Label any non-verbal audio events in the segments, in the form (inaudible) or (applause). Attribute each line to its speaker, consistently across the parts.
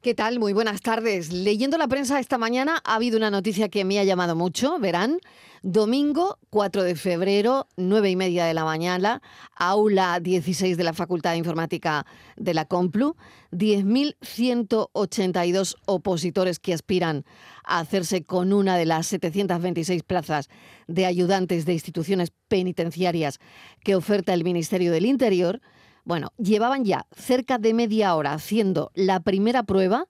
Speaker 1: ¿Qué tal? Muy buenas tardes. Leyendo la prensa esta mañana ha habido una noticia que me ha llamado mucho, verán. Domingo 4 de febrero, 9 y media de la mañana, aula 16 de la Facultad de Informática de la Complu, 10.182 opositores que aspiran a hacerse con una de las 726 plazas de ayudantes de instituciones penitenciarias que oferta el Ministerio del Interior. Bueno, llevaban ya cerca de media hora haciendo la primera prueba,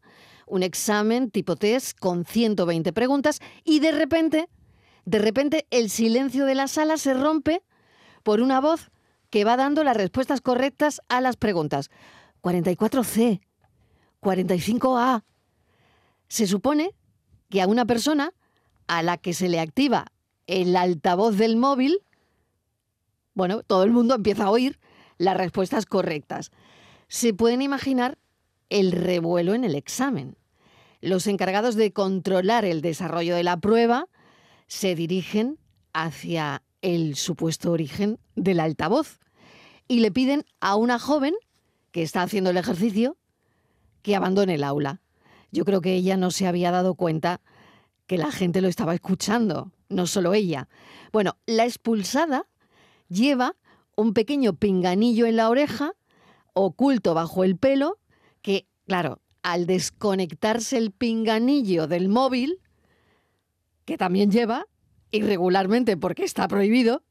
Speaker 1: un examen tipo test con 120 preguntas y de repente, de repente el silencio de la sala se rompe por una voz que va dando las respuestas correctas a las preguntas. 44C, 45A. Se supone que a una persona a la que se le activa el altavoz del móvil, bueno, todo el mundo empieza a oír las respuestas correctas. Se pueden imaginar el revuelo en el examen. Los encargados de controlar el desarrollo de la prueba se dirigen hacia el supuesto origen del altavoz y le piden a una joven que está haciendo el ejercicio que abandone el aula. Yo creo que ella no se había dado cuenta que la gente lo estaba escuchando, no solo ella. Bueno, la expulsada lleva un pequeño pinganillo en la oreja, oculto bajo el pelo, que, claro, al desconectarse el pinganillo del móvil, que también lleva, irregularmente porque está prohibido,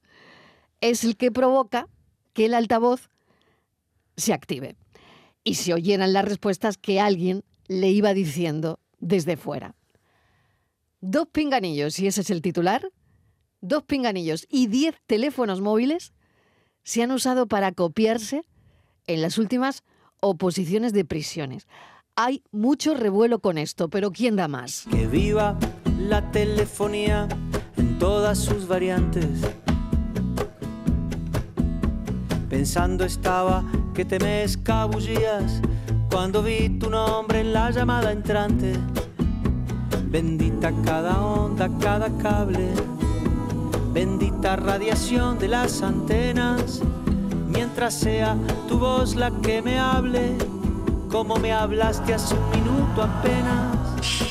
Speaker 1: es el que provoca que el altavoz se active y se oyeran las respuestas que alguien le iba diciendo desde fuera. Dos pinganillos, y ese es el titular, dos pinganillos y diez teléfonos móviles se han usado para copiarse en las últimas oposiciones de prisiones. Hay mucho revuelo con esto, pero ¿quién da más?
Speaker 2: Que viva la telefonía en todas sus variantes. Pensando estaba que te me escabullías cuando vi tu nombre en la llamada entrante. Bendita cada onda, cada cable, bendita radiación de las antenas, mientras sea tu voz la que me hable, como me hablaste hace un minuto apenas.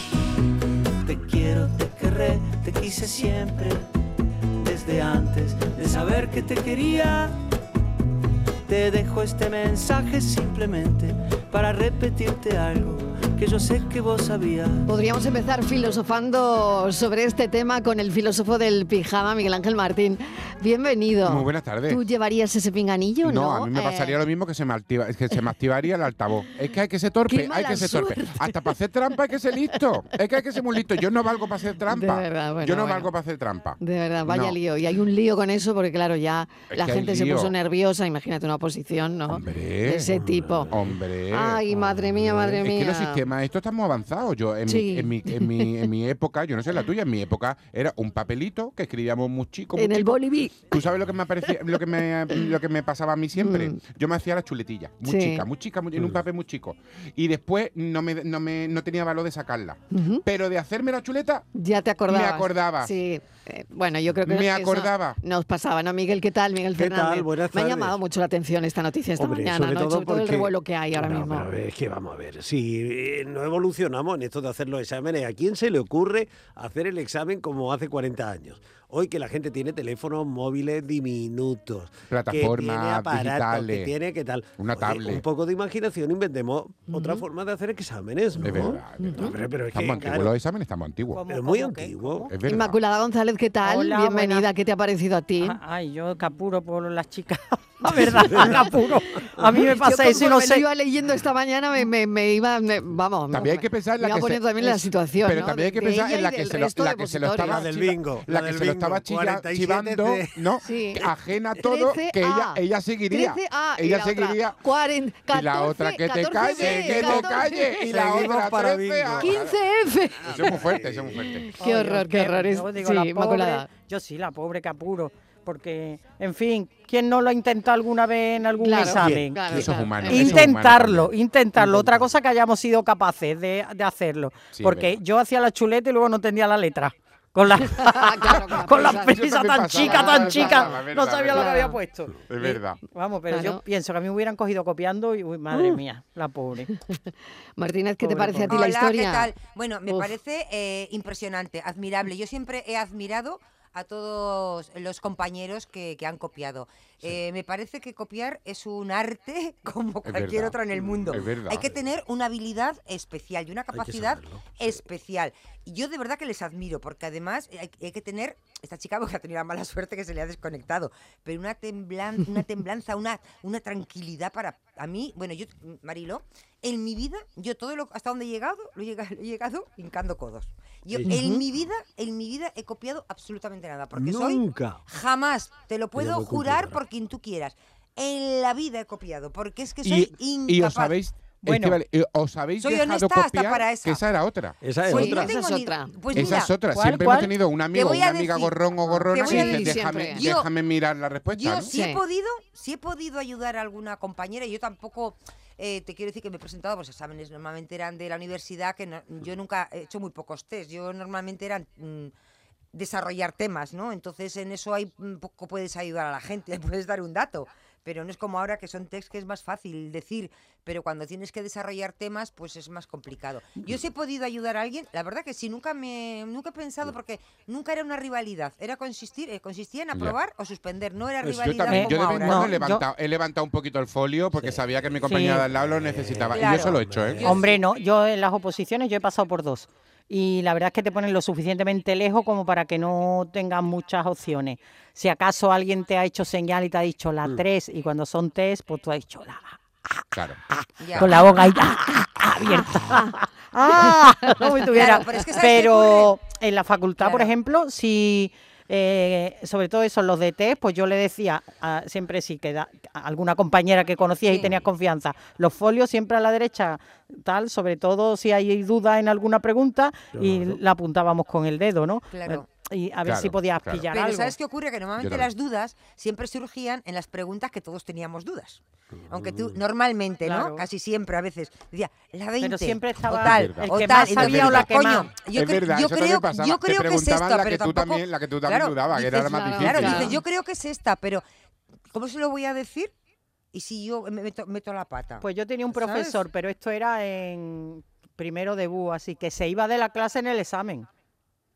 Speaker 2: Te quiero, te querré, te quise siempre, desde antes de saber que te quería. Te dejo este mensaje simplemente para repetirte algo que yo sé que vos sabías.
Speaker 1: Podríamos empezar filosofando sobre este tema con el filósofo del pijama, Miguel Ángel Martín. Bienvenido.
Speaker 3: Muy buenas tardes.
Speaker 1: ¿Tú llevarías ese pinganillo? No,
Speaker 3: a mí me
Speaker 1: Eh,
Speaker 3: pasaría lo mismo que se me, activa- que se me activaría el altavoz. Es que hay que ser torpe, hay
Speaker 1: mala
Speaker 3: que ser torpe.
Speaker 1: suerte.
Speaker 3: Hasta para hacer trampa hay que ser listo. Es que hay que ser muy listo. Yo no valgo para hacer trampa.
Speaker 1: De verdad, bueno,
Speaker 3: Yo no
Speaker 1: bueno.
Speaker 3: valgo para hacer trampa.
Speaker 1: De verdad, vaya
Speaker 3: No.
Speaker 1: lío. Y hay un lío con eso porque, claro, ya
Speaker 3: Es
Speaker 1: la
Speaker 3: que hay
Speaker 1: gente se
Speaker 3: lío.
Speaker 1: puso nerviosa. Imagínate una oposición, ¿no? de
Speaker 3: Hombre,
Speaker 1: ese tipo.
Speaker 3: hombre.
Speaker 1: Ay, madre mía, madre
Speaker 3: Es
Speaker 1: mía.
Speaker 3: que los sistemas, esto está muy avanzado. Yo, en, mi,
Speaker 1: Sí.
Speaker 3: en, mi, en, mi, en mi época, yo no sé la tuya, en mi época era un papelito que escribíamos muy chico. muy
Speaker 1: en el
Speaker 3: chico.
Speaker 1: boliví.
Speaker 3: ¿Tú sabes lo que me aparecía- lo que me, lo que me pasaba a mí siempre? Yo me hacía la chuletilla, muy
Speaker 1: Mm. Sí.
Speaker 3: chica, muy chica,
Speaker 4: Mm.
Speaker 3: muy- en un papel muy chico. Y después no me, no me no tenía valor de sacarla.
Speaker 1: Ujú.
Speaker 3: Pero de hacerme la chuleta,
Speaker 1: Ya te acordabas.
Speaker 3: Me acordaba.
Speaker 1: Sí. Eh, bueno, yo creo que
Speaker 3: Me
Speaker 1: eso
Speaker 3: acordaba.
Speaker 1: nos pasaba, ¿no, Miguel? ¿Qué tal, Miguel
Speaker 4: ¿Qué
Speaker 1: Fernández?
Speaker 4: tal? Buenas
Speaker 1: Me ha
Speaker 4: tardes.
Speaker 1: llamado mucho la atención esta noticia esta
Speaker 4: Hombre,
Speaker 1: mañana,
Speaker 4: sobre
Speaker 1: ¿no?
Speaker 4: todo
Speaker 1: Y sobre todo el
Speaker 4: porque-
Speaker 1: revuelo que hay ahora
Speaker 4: No,
Speaker 1: mismo.
Speaker 4: pero es que vamos a ver, si eh, no evolucionamos en esto de hacer los exámenes, ¿a quién se le ocurre hacer el examen como hace 40 años? Hoy que la gente tiene teléfonos móviles diminutos, que tiene
Speaker 3: Plataformas
Speaker 4: aparatos,
Speaker 3: digitales.
Speaker 4: que tiene qué tal.
Speaker 3: Una tablet.
Speaker 4: Un poco de imaginación inventemos otra forma de hacer exámenes, ¿no?
Speaker 3: es verdad. es verdad.
Speaker 4: No, hombre, pero es que,
Speaker 3: estamos antiguos,
Speaker 4: claro,
Speaker 3: los exámenes estamos antiguos.
Speaker 5: ¿Cómo,
Speaker 4: es muy
Speaker 5: cómo que?
Speaker 4: antiguo.
Speaker 3: Es verdad.
Speaker 1: Inmaculada González, ¿qué tal?
Speaker 5: Hola,
Speaker 1: Bienvenida.
Speaker 5: buenas.
Speaker 1: ¿Qué te ha parecido a ti?
Speaker 5: Ah, Ay, yo capuro por las chicas. (laughs) La verdad,
Speaker 1: (laughs)
Speaker 5: capuro. A mí me pasa
Speaker 1: Yo
Speaker 5: eso y no
Speaker 1: conforme lo
Speaker 5: sé.
Speaker 1: iba leyendo esta mañana, me, me- me iba. me- vamos.
Speaker 3: También hay que pensar en la
Speaker 1: me iba
Speaker 3: que se-
Speaker 1: poniendo también en la
Speaker 3: es-
Speaker 1: situación.
Speaker 3: pero
Speaker 1: ¿no?
Speaker 3: también hay que
Speaker 1: de
Speaker 3: pensar
Speaker 1: ella
Speaker 3: en la
Speaker 1: y
Speaker 3: que
Speaker 1: del
Speaker 3: se lo-
Speaker 1: resto
Speaker 3: la
Speaker 1: de
Speaker 3: que se lo
Speaker 1: opositores.
Speaker 3: estaba
Speaker 4: La del
Speaker 3: chiva-
Speaker 4: bingo,
Speaker 3: la
Speaker 4: la
Speaker 3: que
Speaker 4: del
Speaker 3: se lo estaba
Speaker 4: bingo,
Speaker 3: chilla-
Speaker 4: 47
Speaker 3: chivando,
Speaker 4: de-
Speaker 3: ¿no?
Speaker 1: Sí.
Speaker 3: Que ajena a todo, que
Speaker 1: 13A.
Speaker 3: ella, ella seguiría.
Speaker 1: 13A y
Speaker 3: ella
Speaker 1: la otra,
Speaker 3: seguiría.
Speaker 1: 40,
Speaker 3: y la otra que te
Speaker 1: 14B,
Speaker 3: calle, que te
Speaker 1: 14B.
Speaker 3: calle. Y la
Speaker 4: Seguimos
Speaker 3: otra
Speaker 4: para
Speaker 3: 13A.
Speaker 4: bingo.
Speaker 1: 15F.
Speaker 3: Eso es muy fuerte, eso es muy
Speaker 5: Mm,
Speaker 3: fuerte.
Speaker 1: Qué horror, qué horror. Es-
Speaker 5: Yo digo,
Speaker 1: sí,
Speaker 5: la pobre,
Speaker 1: Inmaculada.
Speaker 5: Yo sí, la pobre capuro. Porque, en fin, ¿quién no lo ha intentado alguna vez en algún
Speaker 1: Claro,
Speaker 5: examen?
Speaker 1: claro,
Speaker 3: Eso es
Speaker 1: claro.
Speaker 3: humano.
Speaker 1: Es-
Speaker 3: Inten-
Speaker 5: Intentarlo, intentarlo. Otra cosa que hayamos sido capaces de, de hacerlo.
Speaker 3: Sí, es
Speaker 5: porque
Speaker 3: verdad.
Speaker 5: yo hacía la chuleta y luego no entendía la letra. con la,
Speaker 1: (laughs) Claro, con la
Speaker 5: (laughs) con la
Speaker 3: Yo
Speaker 1: prisa.
Speaker 5: prisa
Speaker 3: también
Speaker 5: tan
Speaker 3: pasaba,
Speaker 5: chica,
Speaker 1: pasaba,
Speaker 5: tan chica.
Speaker 3: verdad,
Speaker 5: No sabía lo que
Speaker 1: verdad.
Speaker 5: había puesto.
Speaker 3: Es verdad.
Speaker 5: Vamos, pero yo
Speaker 1: Claro.
Speaker 5: pienso que a mí me hubieran cogido copiando y, uy, madre mía, la pobre.
Speaker 1: (laughs) Martínez, ¿qué te
Speaker 5: Pobre,
Speaker 1: parece a ti la
Speaker 6: Hola,
Speaker 1: historia?
Speaker 6: ¿qué tal? Bueno, me
Speaker 1: Uf.
Speaker 6: parece eh, impresionante, admirable. Yo siempre he admirado a todos los compañeros que, que han copiado. Eh, me parece que copiar es un arte (laughs) como
Speaker 3: Es
Speaker 6: cualquier
Speaker 3: verdad.
Speaker 6: otro en el mundo.
Speaker 3: Es verdad.
Speaker 6: Hay que tener una habilidad especial y una capacidad
Speaker 4: saberlo,
Speaker 6: especial. Y yo de verdad que les admiro, porque además hay, hay que tener, esta chica (laughs) porque ha tenido la mala suerte que se le ha desconectado, pero una, temblan,
Speaker 4: (laughs)
Speaker 6: una temblanza, una, una tranquilidad para a mí, bueno, yo, Marilo, en mi vida, yo todo lo, hasta donde he llegado, lo he llegado, lo he llegado hincando codos. Yo
Speaker 4: Sí.
Speaker 6: en mi vida, en mi vida he copiado absolutamente nada, porque soy
Speaker 4: Nunca.
Speaker 6: jamás, te lo puedo
Speaker 4: voy contigo,
Speaker 6: jurar
Speaker 4: Nora.
Speaker 6: por quien tú quieras. En la vida he copiado, porque es que
Speaker 3: Y,
Speaker 6: soy
Speaker 3: y
Speaker 6: incapaz.
Speaker 3: os habéis,
Speaker 5: Bueno.
Speaker 3: Estíbaliz, eh, os habéis
Speaker 6: Soy
Speaker 3: dejado
Speaker 6: honesta hasta
Speaker 3: copiar,
Speaker 6: para esa.
Speaker 3: que esa era otra.
Speaker 4: Esa
Speaker 1: Pues
Speaker 4: es
Speaker 6: Pues
Speaker 4: otra.
Speaker 6: no tengo
Speaker 1: Esa es
Speaker 6: ni-
Speaker 1: otra.
Speaker 6: Pues
Speaker 3: esa
Speaker 6: mira,
Speaker 3: es otra.
Speaker 5: ¿cuál,
Speaker 3: Siempre
Speaker 5: cuál?
Speaker 3: hemos tenido un amigo,
Speaker 6: voy
Speaker 3: una
Speaker 6: a
Speaker 3: amiga
Speaker 6: decir-
Speaker 3: gorrón o
Speaker 6: te
Speaker 3: gorrona
Speaker 6: voy
Speaker 3: que
Speaker 6: a
Speaker 3: dice,
Speaker 6: decir-
Speaker 3: déjame,
Speaker 6: Yo-
Speaker 3: déjame mirar la respuesta.
Speaker 6: Yo
Speaker 3: ¿no?
Speaker 6: sí he
Speaker 1: Sí.
Speaker 6: podido, sí he podido ayudar a alguna compañera. Yo tampoco eh, te quiero decir que me he presentado, pues exámenes normalmente eran de la universidad, que no- yo nunca he hecho muy pocos test. Yo normalmente eran mm, desarrollar temas, ¿no? Entonces en eso hay mm, poco puedes ayudar a la gente, (laughs) le puedes dar un dato. Pero no es como ahora que son tests que es más fácil decir, pero cuando tienes que desarrollar temas, pues es más complicado. Yo sí he podido ayudar a alguien, la verdad que sí, nunca me nunca he pensado, porque nunca era una rivalidad, era consistir, eh, consistía en
Speaker 3: Ya.
Speaker 6: aprobar o suspender, no era
Speaker 4: Pues yo
Speaker 3: Yo
Speaker 6: rivalidad
Speaker 3: también,
Speaker 5: Eh,
Speaker 3: yo de
Speaker 6: como
Speaker 3: vez en
Speaker 6: ahora.
Speaker 3: cuando
Speaker 5: No,
Speaker 3: he,
Speaker 5: yo-
Speaker 3: levantado, eh. he levantado un poquito el folio porque
Speaker 4: Sí.
Speaker 3: sabía que mi compañera
Speaker 5: Sí.
Speaker 3: de al lado lo necesitaba. Y
Speaker 6: Claro.
Speaker 3: eso lo he hecho, ¿eh?
Speaker 6: Yo-
Speaker 5: Hombre, no, yo en las oposiciones yo he pasado por dos. Y la verdad es que te ponen lo suficientemente lejos como para que no tengas muchas opciones. Si acaso alguien te ha hecho señal y te ha dicho la 3 y cuando son 3, pues tú has dicho la
Speaker 3: Mm. Claro.
Speaker 6: Ya.
Speaker 5: con la boca ahí ah, ah, ah,
Speaker 6: (laughs)
Speaker 5: abierta. ¡Ah! (laughs) Como si tuviera.
Speaker 6: Claro, pero es que ¿sabes qué
Speaker 5: Pero en la facultad, por
Speaker 6: Claro.
Speaker 5: ejemplo, si. eh, sobre todo eso, los de test, pues yo le decía a- siempre si queda a alguna compañera que conocías y
Speaker 6: Sí.
Speaker 5: tenías confianza, los folios siempre a la derecha, tal, sobre todo si hay duda en alguna pregunta y
Speaker 4: Claro.
Speaker 5: la apuntábamos con el dedo, ¿no?
Speaker 6: Claro.
Speaker 5: Y a ver
Speaker 3: Claro,
Speaker 5: si podías
Speaker 3: claro.
Speaker 5: pillar
Speaker 6: Pero
Speaker 5: algo.
Speaker 6: ¿sabes qué ocurre? Que normalmente
Speaker 3: también.
Speaker 6: las dudas siempre surgían en las preguntas que todos teníamos dudas. Aunque tú, normalmente,
Speaker 5: Claro.
Speaker 6: ¿no? Casi siempre, a veces, decía, la 20,
Speaker 5: Pero siempre
Speaker 6: o
Speaker 5: estaba
Speaker 6: tal,
Speaker 3: verdad.
Speaker 5: el
Speaker 6: o
Speaker 5: que
Speaker 6: tal.
Speaker 5: más
Speaker 6: y tú
Speaker 5: sabía o la
Speaker 6: dices,
Speaker 5: que
Speaker 6: coño,
Speaker 5: más.
Speaker 6: yo,
Speaker 3: es
Speaker 6: cre-
Speaker 3: verdad,
Speaker 6: yo
Speaker 3: eso también
Speaker 6: creo,
Speaker 3: pasaba.
Speaker 6: yo
Speaker 3: Te
Speaker 6: creo que es
Speaker 3: preguntaban
Speaker 6: esta,
Speaker 3: la
Speaker 6: pero
Speaker 3: que tú
Speaker 6: tampoco-
Speaker 3: también- la que tú también
Speaker 6: claro,
Speaker 3: dudabas, que era
Speaker 6: dices,
Speaker 3: la más
Speaker 6: Claro,
Speaker 3: difícil.
Speaker 6: dices, yo creo que es esta, pero ¿cómo se lo voy a decir? Y si yo me meto, meto la pata.
Speaker 5: Pues yo tenía un
Speaker 6: ¿Sabes?
Speaker 5: profesor, pero esto era en primero de BU, así que se iba de la clase en el examen.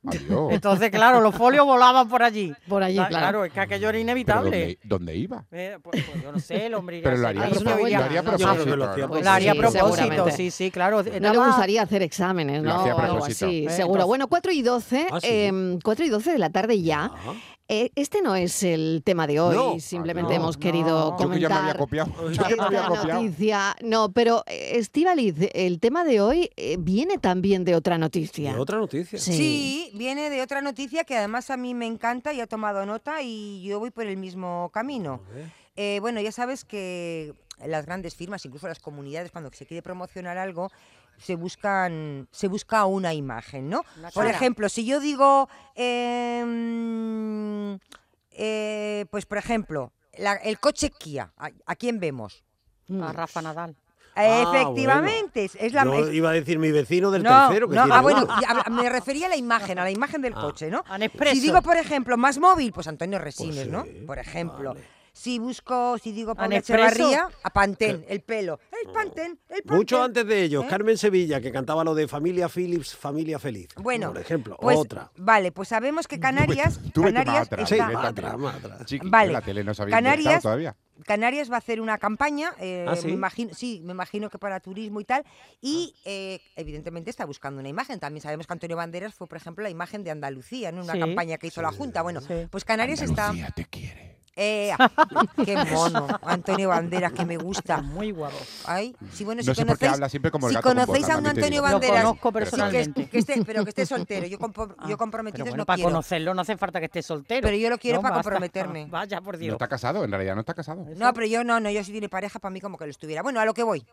Speaker 3: Adiós.
Speaker 5: Entonces, claro, los folios volaban por allí.
Speaker 1: Por allí,
Speaker 5: Da-
Speaker 1: claro.
Speaker 5: es que aquello era
Speaker 3: Pero
Speaker 5: inevitable.
Speaker 3: ¿dónde, dónde iba?
Speaker 5: Eh, pues, pues yo no sé, el (laughs) hombre.
Speaker 3: Pero lo haría, a
Speaker 5: iría a
Speaker 1: Ahí es una
Speaker 3: propósito,
Speaker 1: huella,
Speaker 3: lo haría a
Speaker 1: ¿no?
Speaker 4: Yo creo
Speaker 3: propósito.
Speaker 4: que lo hacía a
Speaker 3: ¿no?
Speaker 1: Pues
Speaker 5: Lo haría a
Speaker 1: Sí,
Speaker 5: propósito,
Speaker 1: seguramente.
Speaker 5: sí, sí, claro.
Speaker 1: No le
Speaker 5: daba-
Speaker 1: gustaría hacer exámenes,
Speaker 3: Lo
Speaker 1: ¿no?
Speaker 3: hacía a
Speaker 1: O algo
Speaker 3: propósito.
Speaker 1: así,
Speaker 5: Eh,
Speaker 1: seguro.
Speaker 5: entonces-
Speaker 1: Bueno, 4 y 12,
Speaker 4: Ah, sí.
Speaker 1: em, 4 y 12 de la tarde ya.
Speaker 4: Ah.
Speaker 1: Eh, este no es el tema de hoy,
Speaker 4: No.
Speaker 1: simplemente
Speaker 4: Ah, no,
Speaker 1: hemos querido
Speaker 5: no.
Speaker 3: Yo que ya me había
Speaker 1: comentar. (laughs)
Speaker 3: copiado. Yo que me había
Speaker 1: Esta
Speaker 3: copiado.
Speaker 1: noticia, no, pero eh, Estivaliz, el tema de hoy eh, viene también de otra
Speaker 4: Y
Speaker 1: noticia.
Speaker 4: otra noticia.
Speaker 1: Sí.
Speaker 6: Sí, viene de otra noticia que además a mí me encanta y ha tomado nota y yo voy por el mismo camino. Eh, bueno, ya sabes que las grandes firmas, incluso las comunidades, cuando se quiere promocionar algo, se buscan, se busca una imagen, ¿no?
Speaker 5: Una
Speaker 6: Por
Speaker 5: cara.
Speaker 6: ejemplo, si yo digo, em, eh, pues por ejemplo, la- el coche Kia, ¿a, a quién vemos? Eh,
Speaker 5: A Rafa Nadal.
Speaker 4: Ah,
Speaker 6: Efectivamente, es- es la
Speaker 4: Yo
Speaker 6: es-
Speaker 4: iba a decir mi vecino del
Speaker 6: no,
Speaker 4: tercero. Que
Speaker 6: no,
Speaker 4: tiene
Speaker 6: ah, bueno,
Speaker 4: uno.
Speaker 6: ya, a- me refería a la imagen, a la imagen del coche, ¿no?
Speaker 5: A Nespresso.
Speaker 6: Si digo, por ejemplo, más móvil, pues Antonio Resines,
Speaker 4: sí,
Speaker 6: ¿no? Por ejemplo. Si busco, si digo Paula
Speaker 5: Nespresso?
Speaker 6: Echevarría, a Pantén, el pelo. El Pantén, el Pantén.
Speaker 4: Mucho antes de ellos,
Speaker 6: ¿Eh?
Speaker 4: Carmen Sevilla, que cantaba lo de Familia Phillips, Familia Feliz.
Speaker 6: Bueno,
Speaker 4: por ejemplo,
Speaker 6: pues,
Speaker 4: otra.
Speaker 6: Vale, pues sabemos que Canarias.
Speaker 3: Tú vete más
Speaker 6: Canarias
Speaker 3: atrás.
Speaker 4: Sí,
Speaker 6: está-
Speaker 3: vete
Speaker 4: otra,
Speaker 3: atrás.
Speaker 4: otra.
Speaker 3: Chiqui,
Speaker 6: Vale.
Speaker 3: La tele no se había
Speaker 6: Canarias-
Speaker 3: inventado todavía.
Speaker 6: Canarias va a hacer una campaña, eh,
Speaker 4: ¿Ah, sí?
Speaker 6: me imagino, sí, me imagino que para turismo y tal, y eh, evidentemente está buscando una imagen. También sabemos que Antonio Banderas fue, por ejemplo, la imagen de Andalucía, en una
Speaker 5: Sí.
Speaker 6: campaña que hizo la Junta. Bueno,
Speaker 5: Sí.
Speaker 6: pues Canarias está.
Speaker 3: Andalucía te quiere.
Speaker 5: (laughs)
Speaker 6: Eh, qué mono, Antonio Banderas, que me gusta.
Speaker 5: Muy guapo.
Speaker 6: Ay, sí, bueno, si
Speaker 3: No sé por qué
Speaker 6: conocéis-
Speaker 3: habla siempre como el
Speaker 6: si
Speaker 3: gato con
Speaker 6: conocéis
Speaker 3: botas,
Speaker 6: a un
Speaker 3: también te
Speaker 6: Antonio
Speaker 3: digo.
Speaker 5: Lo
Speaker 6: Banderas,
Speaker 5: conozco
Speaker 6: sí, que-
Speaker 5: personalmente. Ah,
Speaker 6: que esté- pero que esté soltero. Yo, compo- yo comprometidos
Speaker 5: Pero bueno,
Speaker 6: no
Speaker 5: para
Speaker 6: quiero.
Speaker 5: conocerlo no hace falta que esté soltero.
Speaker 6: Pero yo lo quiero
Speaker 5: No,
Speaker 6: para
Speaker 5: basta.
Speaker 6: comprometerme.
Speaker 5: Vaya, por
Speaker 3: No
Speaker 5: Dios.
Speaker 3: está casado, en realidad no está casado.
Speaker 6: No, pero yo no, no, yo si tiene pareja, para mí como que lo estuviera. Bueno, a lo que voy.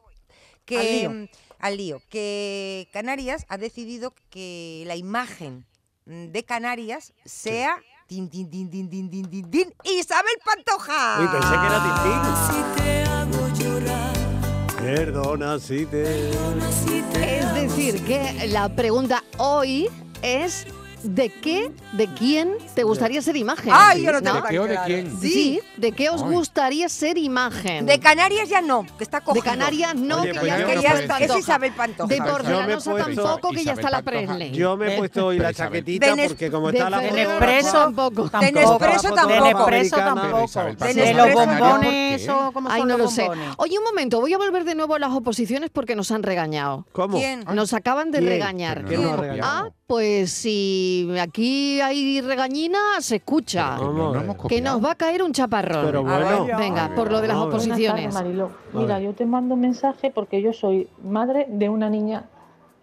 Speaker 6: Que,
Speaker 5: Al lío.
Speaker 6: mm, al lío, Que Canarias ha decidido que la imagen mm, de Canarias sea. Tin, tin, tin, tin, tin, tin, tin, tin, Isabel Pantoja.
Speaker 4: Uy, pensé que era
Speaker 1: ah.
Speaker 4: Tintín. Perdona si te.
Speaker 1: Es decir, que la pregunta hoy es ¿De qué, de quién te gustaría ser imagen?
Speaker 6: Ay, Ah, yo no tengo
Speaker 3: ¿De qué o de quién?
Speaker 1: Sí. ¿de qué os
Speaker 3: Ay.
Speaker 1: gustaría ser imagen?
Speaker 6: De Canarias ya no, que está
Speaker 1: De
Speaker 6: cogido.
Speaker 1: Canarias no,
Speaker 4: Oye,
Speaker 1: que
Speaker 3: pues
Speaker 1: ya,
Speaker 3: yo
Speaker 1: que
Speaker 3: no
Speaker 1: ya
Speaker 3: puedo.
Speaker 1: está
Speaker 6: Es
Speaker 1: Pantoja.
Speaker 6: Isabel Pantoja.
Speaker 1: De
Speaker 4: Yo me
Speaker 1: Porcelanosa
Speaker 4: puedo-
Speaker 1: tampoco, que ya
Speaker 3: Isabel
Speaker 1: está la
Speaker 3: Pantoja.
Speaker 1: Presley.
Speaker 4: Yo me he puesto hoy la
Speaker 3: Pero Isabel-
Speaker 4: chaquetita
Speaker 6: De Nes-
Speaker 4: porque como
Speaker 1: de
Speaker 4: está la pues,
Speaker 1: Ferrero
Speaker 4: foto-
Speaker 5: Nespresso
Speaker 1: tampoco.
Speaker 5: tampoco.
Speaker 6: De Nespresso
Speaker 4: De
Speaker 6: tampoco.
Speaker 5: De Nespresso
Speaker 3: Pero
Speaker 4: Americana.
Speaker 5: tampoco.
Speaker 3: Isabel
Speaker 6: Pantoja,
Speaker 5: De los
Speaker 6: Nespresso
Speaker 5: bombones
Speaker 3: tampoco.
Speaker 5: o como
Speaker 1: Ay,
Speaker 5: son
Speaker 1: no
Speaker 5: los
Speaker 1: lo sé.
Speaker 5: bombones.
Speaker 1: Oye, un momento, voy a volver de nuevo a las oposiciones porque nos han regañado.
Speaker 4: ¿Cómo?
Speaker 6: ¿Quién?
Speaker 1: Nos acaban de
Speaker 4: Bien,
Speaker 1: regañar.
Speaker 3: pero
Speaker 4: no
Speaker 1: Bien.
Speaker 4: nos regañamos.
Speaker 1: ah, pues si aquí hay regañina, se escucha.
Speaker 3: Que no,
Speaker 4: Vamos a
Speaker 3: no
Speaker 4: ver.
Speaker 3: hemos
Speaker 1: Que
Speaker 3: copiado.
Speaker 1: nos va a caer un chaparrón.
Speaker 4: Pero
Speaker 6: Ah,
Speaker 4: bueno.
Speaker 6: bueno.
Speaker 1: Venga, por lo de las
Speaker 4: Vamos a ver.
Speaker 7: Buenas
Speaker 1: oposiciones.
Speaker 7: tardes, Mariló.
Speaker 4: A
Speaker 7: Mira,
Speaker 4: ver.
Speaker 7: yo te mando un mensaje porque yo soy madre de una niña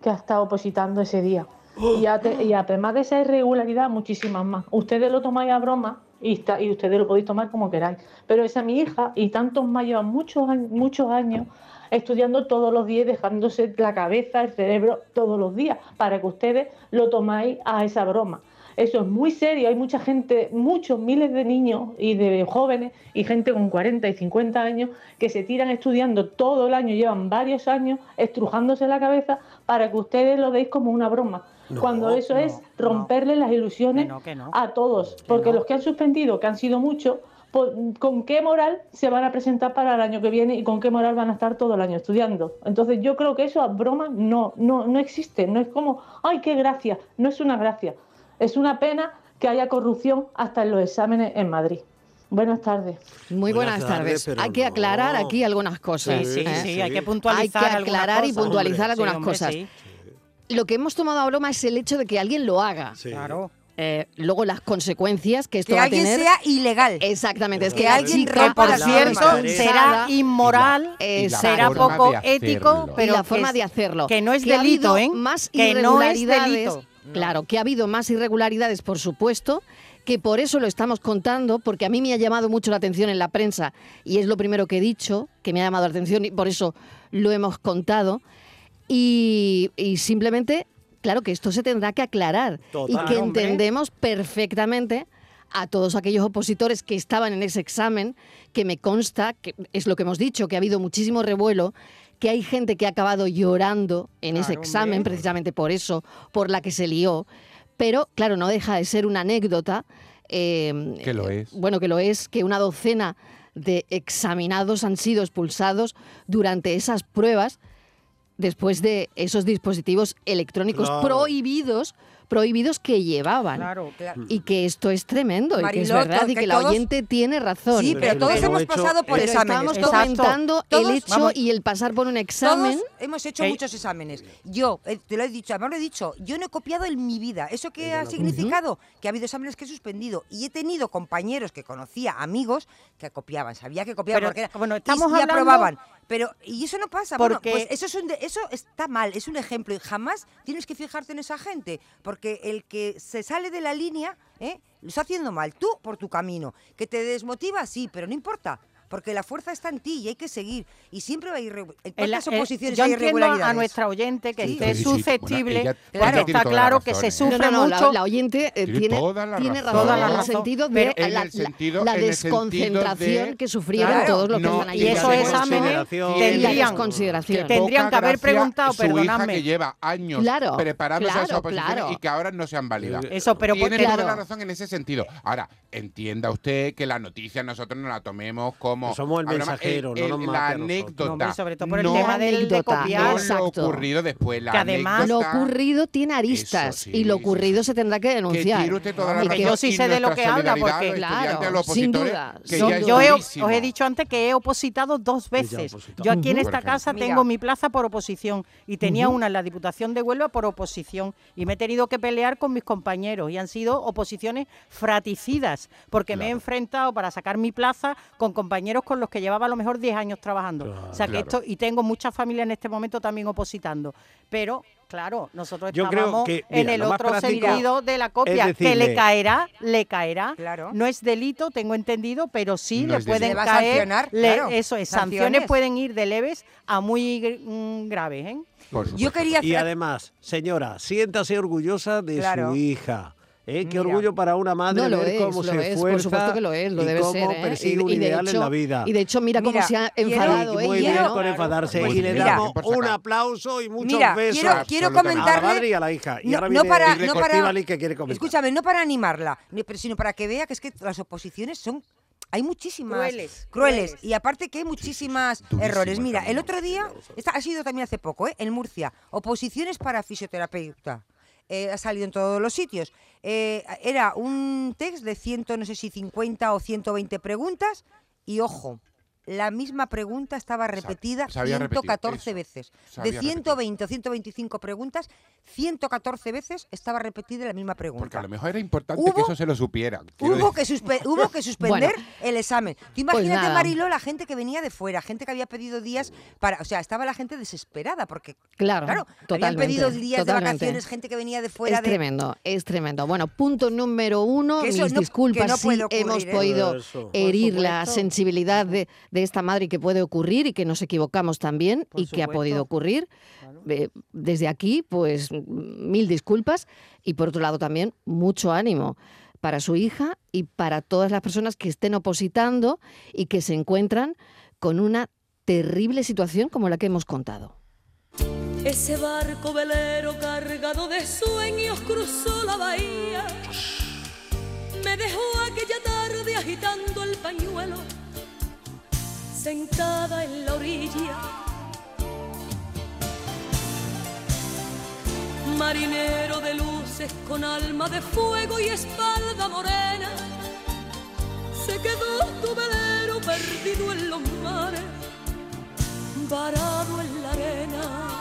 Speaker 7: que ha estado opositando ese día. Y, ate- y además de esa irregularidad, muchísimas más. Ustedes lo tomáis a broma y, está- y ustedes lo podéis tomar como queráis. Pero esa mi hija y tantos más llevan muchos, añ- muchos años estudiando todos los días, dejándose la cabeza, el cerebro todos los días, para que ustedes lo tomáis a esa broma. Eso es muy serio, hay mucha gente, muchos miles de niños y de jóvenes y gente con 40 y 50 años que se tiran estudiando todo el año, llevan varios años estrujándose la cabeza para que ustedes lo veis como una broma.
Speaker 4: No,
Speaker 7: cuando eso
Speaker 5: no,
Speaker 7: es romperle las ilusiones
Speaker 5: Que no, que no.
Speaker 7: a todos, porque
Speaker 5: no.
Speaker 7: los que han suspendido, que han sido muchos, pues, ¿con qué moral se van a presentar para el año que viene y con qué moral van a estar todo el año estudiando? Entonces yo creo que eso a broma no, no, no existe, no es como, ay, qué gracia, no es una gracia, es una pena que haya corrupción hasta en los exámenes en Madrid. Buenas tardes.
Speaker 1: Muy buenas,
Speaker 4: Buenas
Speaker 1: tardes.
Speaker 4: tardes, pero
Speaker 1: Hay que
Speaker 4: no.
Speaker 1: aclarar aquí algunas
Speaker 5: Sí,
Speaker 1: cosas.
Speaker 5: sí,
Speaker 1: ¿eh?
Speaker 5: sí, hay
Speaker 4: Sí.
Speaker 5: que
Speaker 1: Hay que
Speaker 5: puntualizar. algunas
Speaker 1: aclarar y
Speaker 5: cosas.
Speaker 1: puntualizar
Speaker 5: Sí,
Speaker 1: algunas
Speaker 5: hombre,
Speaker 1: cosas.
Speaker 5: sí,
Speaker 1: Lo que hemos tomado a broma es el hecho de que alguien lo haga.
Speaker 4: Sí.
Speaker 5: Claro.
Speaker 1: Eh, luego las consecuencias que esto
Speaker 6: Que
Speaker 1: va a
Speaker 6: alguien
Speaker 1: tener.
Speaker 6: sea ilegal.
Speaker 1: Exactamente, es que,
Speaker 6: Que
Speaker 1: la
Speaker 6: alguien
Speaker 1: chica
Speaker 6: rompa
Speaker 1: ha
Speaker 5: Por
Speaker 6: las
Speaker 1: sido
Speaker 5: cierto,
Speaker 1: acusada
Speaker 4: normas.
Speaker 5: será inmoral, eh,
Speaker 1: y la
Speaker 5: será
Speaker 1: forma
Speaker 5: poco
Speaker 3: de
Speaker 5: ético,
Speaker 3: hacerlo.
Speaker 1: y
Speaker 5: pero
Speaker 1: la
Speaker 5: que
Speaker 1: forma
Speaker 5: es-
Speaker 1: de hacerlo.
Speaker 5: Que no es
Speaker 1: ha
Speaker 5: delito,
Speaker 1: habido
Speaker 5: ¿eh?
Speaker 1: Más
Speaker 5: que no es
Speaker 1: irregularidades,
Speaker 5: delito.
Speaker 1: Claro, que ha habido más irregularidades, por supuesto, que por eso lo estamos contando, porque a mí me ha llamado mucho la atención en la prensa y es lo primero que he dicho, que me ha llamado la atención y por eso lo hemos contado. Y, y simplemente, claro, que esto se tendrá que aclarar y
Speaker 4: Total,
Speaker 1: que
Speaker 5: hombre.
Speaker 1: entendemos perfectamente a todos aquellos opositores que estaban en ese examen, que me consta, que es lo que hemos dicho, que ha habido muchísimo revuelo, que hay gente que ha acabado llorando en ese
Speaker 5: Claro,
Speaker 1: examen,
Speaker 5: hombre.
Speaker 1: precisamente por eso, por la que se lió. Pero, claro, no deja de ser una anécdota. eh,
Speaker 3: Que lo
Speaker 1: eh,
Speaker 3: es.
Speaker 1: Bueno, que lo es, que una docena de examinados han sido expulsados durante esas pruebas después de esos dispositivos electrónicos
Speaker 4: Claro.
Speaker 1: prohibidos prohibidos que llevaban.
Speaker 5: Claro.
Speaker 6: Claro.
Speaker 1: Y que esto es tremendo, y que es
Speaker 6: Mariló,
Speaker 1: verdad,
Speaker 6: to-
Speaker 1: y que
Speaker 6: que
Speaker 1: la
Speaker 6: todos-
Speaker 1: oyente tiene razón.
Speaker 6: Sí,
Speaker 4: Pero
Speaker 6: pero
Speaker 4: si
Speaker 6: todos
Speaker 4: lo
Speaker 6: hemos
Speaker 4: hecho-
Speaker 6: pasado por
Speaker 1: Pero
Speaker 6: exámenes.
Speaker 1: estamos
Speaker 5: Exacto.
Speaker 1: comentando
Speaker 6: Todos-
Speaker 1: el hecho
Speaker 5: vamos-
Speaker 1: y el pasar por un examen.
Speaker 6: Todos hemos hecho
Speaker 5: Ey.
Speaker 6: muchos exámenes. Yo, eh, te lo he dicho, además lo he dicho, yo no he copiado en mi vida. ¿Eso qué ha significado? Que ha habido exámenes que he suspendido y he tenido compañeros que conocía, amigos, que copiaban, sabía que copiaban
Speaker 5: Pero,
Speaker 6: porque era-
Speaker 5: bueno,
Speaker 6: y-
Speaker 5: estamos
Speaker 6: y,
Speaker 5: hablando-
Speaker 6: aprobaban. Pero, y eso no pasa, bueno,
Speaker 5: Porque-
Speaker 6: pues eso, es un de- eso está mal, es un ejemplo y jamás tienes que fijarte en esa gente, porque el que se sale de la línea, ¿eh? lo está haciendo mal, tú por tu camino. Que te desmotiva, sí, pero no importa. Porque la fuerza está en ti y hay que seguir. Y siempre va a ir...
Speaker 5: En la-
Speaker 6: ¿Cuántas
Speaker 5: eh,
Speaker 6: oposiciones
Speaker 5: yo
Speaker 6: hay
Speaker 5: entiendo a-
Speaker 6: irregularidades?
Speaker 5: a nuestra oyente que
Speaker 6: Sí.
Speaker 5: esté
Speaker 3: Sí, sí, sí.
Speaker 5: susceptible,
Speaker 3: Bueno, ella-
Speaker 5: porque
Speaker 6: ella
Speaker 3: ¿eh? tiene
Speaker 5: está
Speaker 3: toda la
Speaker 5: claro que
Speaker 3: razón,
Speaker 5: se
Speaker 3: ¿eh?
Speaker 5: sufre
Speaker 1: No, no, no,
Speaker 5: mucho.
Speaker 1: la, la oyente eh,
Speaker 3: Tiene
Speaker 1: tiene,
Speaker 3: toda la
Speaker 1: tiene
Speaker 3: razón.
Speaker 1: razón,
Speaker 5: Toda la
Speaker 1: en el
Speaker 5: razón.
Speaker 1: sentido
Speaker 5: Pero
Speaker 1: de
Speaker 3: en el
Speaker 1: la, la-
Speaker 3: sentido-
Speaker 1: la
Speaker 3: en el sentido
Speaker 1: desconcentración
Speaker 3: de-
Speaker 1: que sufrieron
Speaker 5: Claro.
Speaker 1: todos los que
Speaker 3: No,
Speaker 1: estaban allí.
Speaker 5: y eso
Speaker 3: la
Speaker 5: es exámenes
Speaker 4: desconsideración.
Speaker 1: Y la
Speaker 5: tendrían,
Speaker 1: desconsideración.
Speaker 5: Que- Tendrían
Speaker 3: poca
Speaker 5: haber
Speaker 3: gracia
Speaker 5: preguntado,
Speaker 3: su hija
Speaker 5: perdonadme.
Speaker 3: que lleva años
Speaker 1: Claro,
Speaker 3: preparándose a esas
Speaker 1: claro,
Speaker 3: oposiciones
Speaker 1: claro. Eh,
Speaker 3: y que ahora no sean válidas.
Speaker 5: Eso, pero
Speaker 3: Tiene
Speaker 5: porque-
Speaker 3: toda
Speaker 1: Claro.
Speaker 3: la razón en ese sentido. Ahora, entienda usted que la noticia nosotros no la tomemos como...
Speaker 4: Somos el
Speaker 3: a broma,
Speaker 4: mensajero, no nos mate
Speaker 3: La
Speaker 4: a nosotros.
Speaker 5: No,
Speaker 3: anécdota.
Speaker 5: hombre, sobre todo por el
Speaker 3: no-
Speaker 5: tema del de
Speaker 1: anécdota.
Speaker 3: no
Speaker 5: copiar.
Speaker 1: Claro. Exacto.
Speaker 3: lo ocurrido después. La
Speaker 5: Que además-
Speaker 1: Lo
Speaker 3: anécdota
Speaker 1: ocurrido tiene aristas
Speaker 3: Eso sí,
Speaker 1: y lo
Speaker 3: sí,
Speaker 1: ocurrido se tendrá que
Speaker 3: que
Speaker 1: denunciar.
Speaker 3: tiene usted toda la
Speaker 1: Y que
Speaker 3: razón.
Speaker 5: yo sí
Speaker 3: y
Speaker 5: sé de lo
Speaker 3: nuestra
Speaker 5: que habla,
Speaker 3: solidaridad a los
Speaker 5: porque-
Speaker 3: estudiantes, a
Speaker 1: Claro,
Speaker 3: los
Speaker 1: sin
Speaker 3: opositores,
Speaker 1: duda,
Speaker 3: que
Speaker 1: sin
Speaker 3: ya es
Speaker 5: yo he- os
Speaker 3: durísimo.
Speaker 5: he dicho antes que he opositado dos veces.
Speaker 4: opositado.
Speaker 5: Yo aquí en
Speaker 3: Ujú.
Speaker 5: esta
Speaker 3: Por ejemplo.
Speaker 5: casa
Speaker 6: Mira.
Speaker 5: tengo mi plaza por oposición y tenía una en la Diputación de Huelva por oposición y me he tenido que pelear con mis compañeros y han sido oposiciones fraticidas porque me he
Speaker 3: Claro.
Speaker 5: enfrentado para sacar mi plaza con compañeros con los que llevaba a lo mejor 10 años trabajando. o sea que
Speaker 3: Claro.
Speaker 5: esto y tengo mucha familia en este momento también opositando, pero Claro, nosotros
Speaker 4: Yo creo
Speaker 5: estábamos
Speaker 4: que,
Speaker 5: en
Speaker 4: mira,
Speaker 5: el
Speaker 4: lo más
Speaker 5: otro
Speaker 4: práctico
Speaker 5: sentido de la copia, que le
Speaker 4: decirle-
Speaker 5: caerá, le caerá.
Speaker 6: Claro.
Speaker 5: No es delito, tengo entendido, pero sí sí
Speaker 3: No
Speaker 5: le
Speaker 3: es
Speaker 5: pueden
Speaker 3: delito.
Speaker 6: Se va a
Speaker 5: caer.
Speaker 6: sancionar,
Speaker 5: le-
Speaker 6: claro,
Speaker 5: Eso es, sanciones.
Speaker 6: sanciones.
Speaker 5: pueden ir de leves a muy gr- mm, graves, ¿eh?
Speaker 3: Por
Speaker 6: Yo
Speaker 3: supuesto.
Speaker 6: quería hacer...
Speaker 4: Y además, señora, siéntase orgullosa de
Speaker 6: Claro.
Speaker 4: su hija. ¿eh? Qué
Speaker 6: Mira.
Speaker 4: orgullo para una madre
Speaker 1: No lo
Speaker 4: ver
Speaker 1: es, lo
Speaker 4: cómo se
Speaker 1: es, por
Speaker 4: esfuerza
Speaker 1: supuesto que lo es, lo
Speaker 4: y
Speaker 1: debe
Speaker 4: cómo
Speaker 1: ser. ¿eh?
Speaker 4: persigue un
Speaker 1: Y- y de
Speaker 4: ideal en
Speaker 1: hecho-
Speaker 4: la vida.
Speaker 1: Y de hecho, mira, cómo
Speaker 6: Mira,
Speaker 1: se ha
Speaker 6: quiero-
Speaker 1: enfadado
Speaker 4: muy
Speaker 1: ella.
Speaker 4: bien
Speaker 6: Quiero-
Speaker 4: por enfadarse
Speaker 3: Muy
Speaker 4: y le
Speaker 3: bien,
Speaker 4: damos
Speaker 3: por sacar.
Speaker 4: un aplauso y muchos
Speaker 6: Mira,
Speaker 4: besos.
Speaker 6: quiero,
Speaker 3: Absolutamente.
Speaker 6: quiero
Speaker 4: a la
Speaker 6: comentarle.
Speaker 4: madre y a la hija. Y
Speaker 6: no,
Speaker 4: ahora
Speaker 6: no
Speaker 4: viene
Speaker 6: para,
Speaker 4: Irle
Speaker 6: no para,
Speaker 4: Cortíbali, que quiere comentar.
Speaker 6: escúchame, no para animarla, ni- pero- sino para que vea que es que las oposiciones son hay muchísimas
Speaker 5: Crueles, crueles.
Speaker 6: y aparte que hay muchísimas
Speaker 3: durísimo
Speaker 6: errores. Mira,
Speaker 3: también,
Speaker 6: el otro día esta ha sido también hace poco, ¿eh? en Murcia, oposiciones para fisioterapeuta. Eh, ha salido en todos los sitios. Eh, era un text de 100, no sé si 50 o 120 preguntas y ojo, la misma pregunta estaba repetida
Speaker 3: se había repetido,
Speaker 6: 114
Speaker 3: eso.
Speaker 6: veces.
Speaker 3: Se
Speaker 6: De
Speaker 3: había repetido.
Speaker 6: 120 o 125 preguntas, 114 veces estaba repetida la misma
Speaker 3: Porque a
Speaker 6: pregunta.
Speaker 3: lo mejor era importante
Speaker 6: Hubo-
Speaker 3: que eso se lo supieran. Quiero
Speaker 6: Hubo
Speaker 3: decir-
Speaker 6: que,
Speaker 3: (laughs)
Speaker 6: suspe- hubo que suspender
Speaker 1: Bueno. Pues
Speaker 6: el examen. Tú imagínate,
Speaker 1: nada.
Speaker 6: Marilo, la gente que venía de fuera, gente que había pedido días para. O sea, estaba la gente desesperada porque.
Speaker 1: Claro,
Speaker 6: habían
Speaker 1: totalmente,
Speaker 6: pedido días
Speaker 1: totalmente.
Speaker 6: de vacaciones, gente que venía de fuera
Speaker 1: es
Speaker 6: de.
Speaker 1: tremendo, es tremendo. Bueno, punto número uno,
Speaker 6: Que eso
Speaker 1: mis
Speaker 6: no-
Speaker 1: disculpas
Speaker 6: que no
Speaker 1: si
Speaker 6: puede ocurrir,
Speaker 1: hemos
Speaker 6: ¿eh?
Speaker 1: podido
Speaker 4: Eso.
Speaker 1: herir
Speaker 5: Por
Speaker 1: la
Speaker 5: supuesto.
Speaker 1: sensibilidad de, de esta madre y que puede ocurrir y que nos equivocamos también
Speaker 5: Por
Speaker 1: y que ha
Speaker 5: supuesto.
Speaker 1: podido ocurrir.
Speaker 5: Claro.
Speaker 1: Eh, desde aquí, pues m- mil disculpas y por otro lado también mucho ánimo para su hija y para todas las personas que estén opositando y que se encuentran con una terrible situación como la que hemos contado.
Speaker 8: Ese barco velero cargado de sueños cruzó la bahía. Me dejó aquella tarde agitando el pañuelo, sentada en la orilla. Marinero de luces con alma de fuego y espalda morena, se quedó tu velero perdido en los mares, varado en la arena.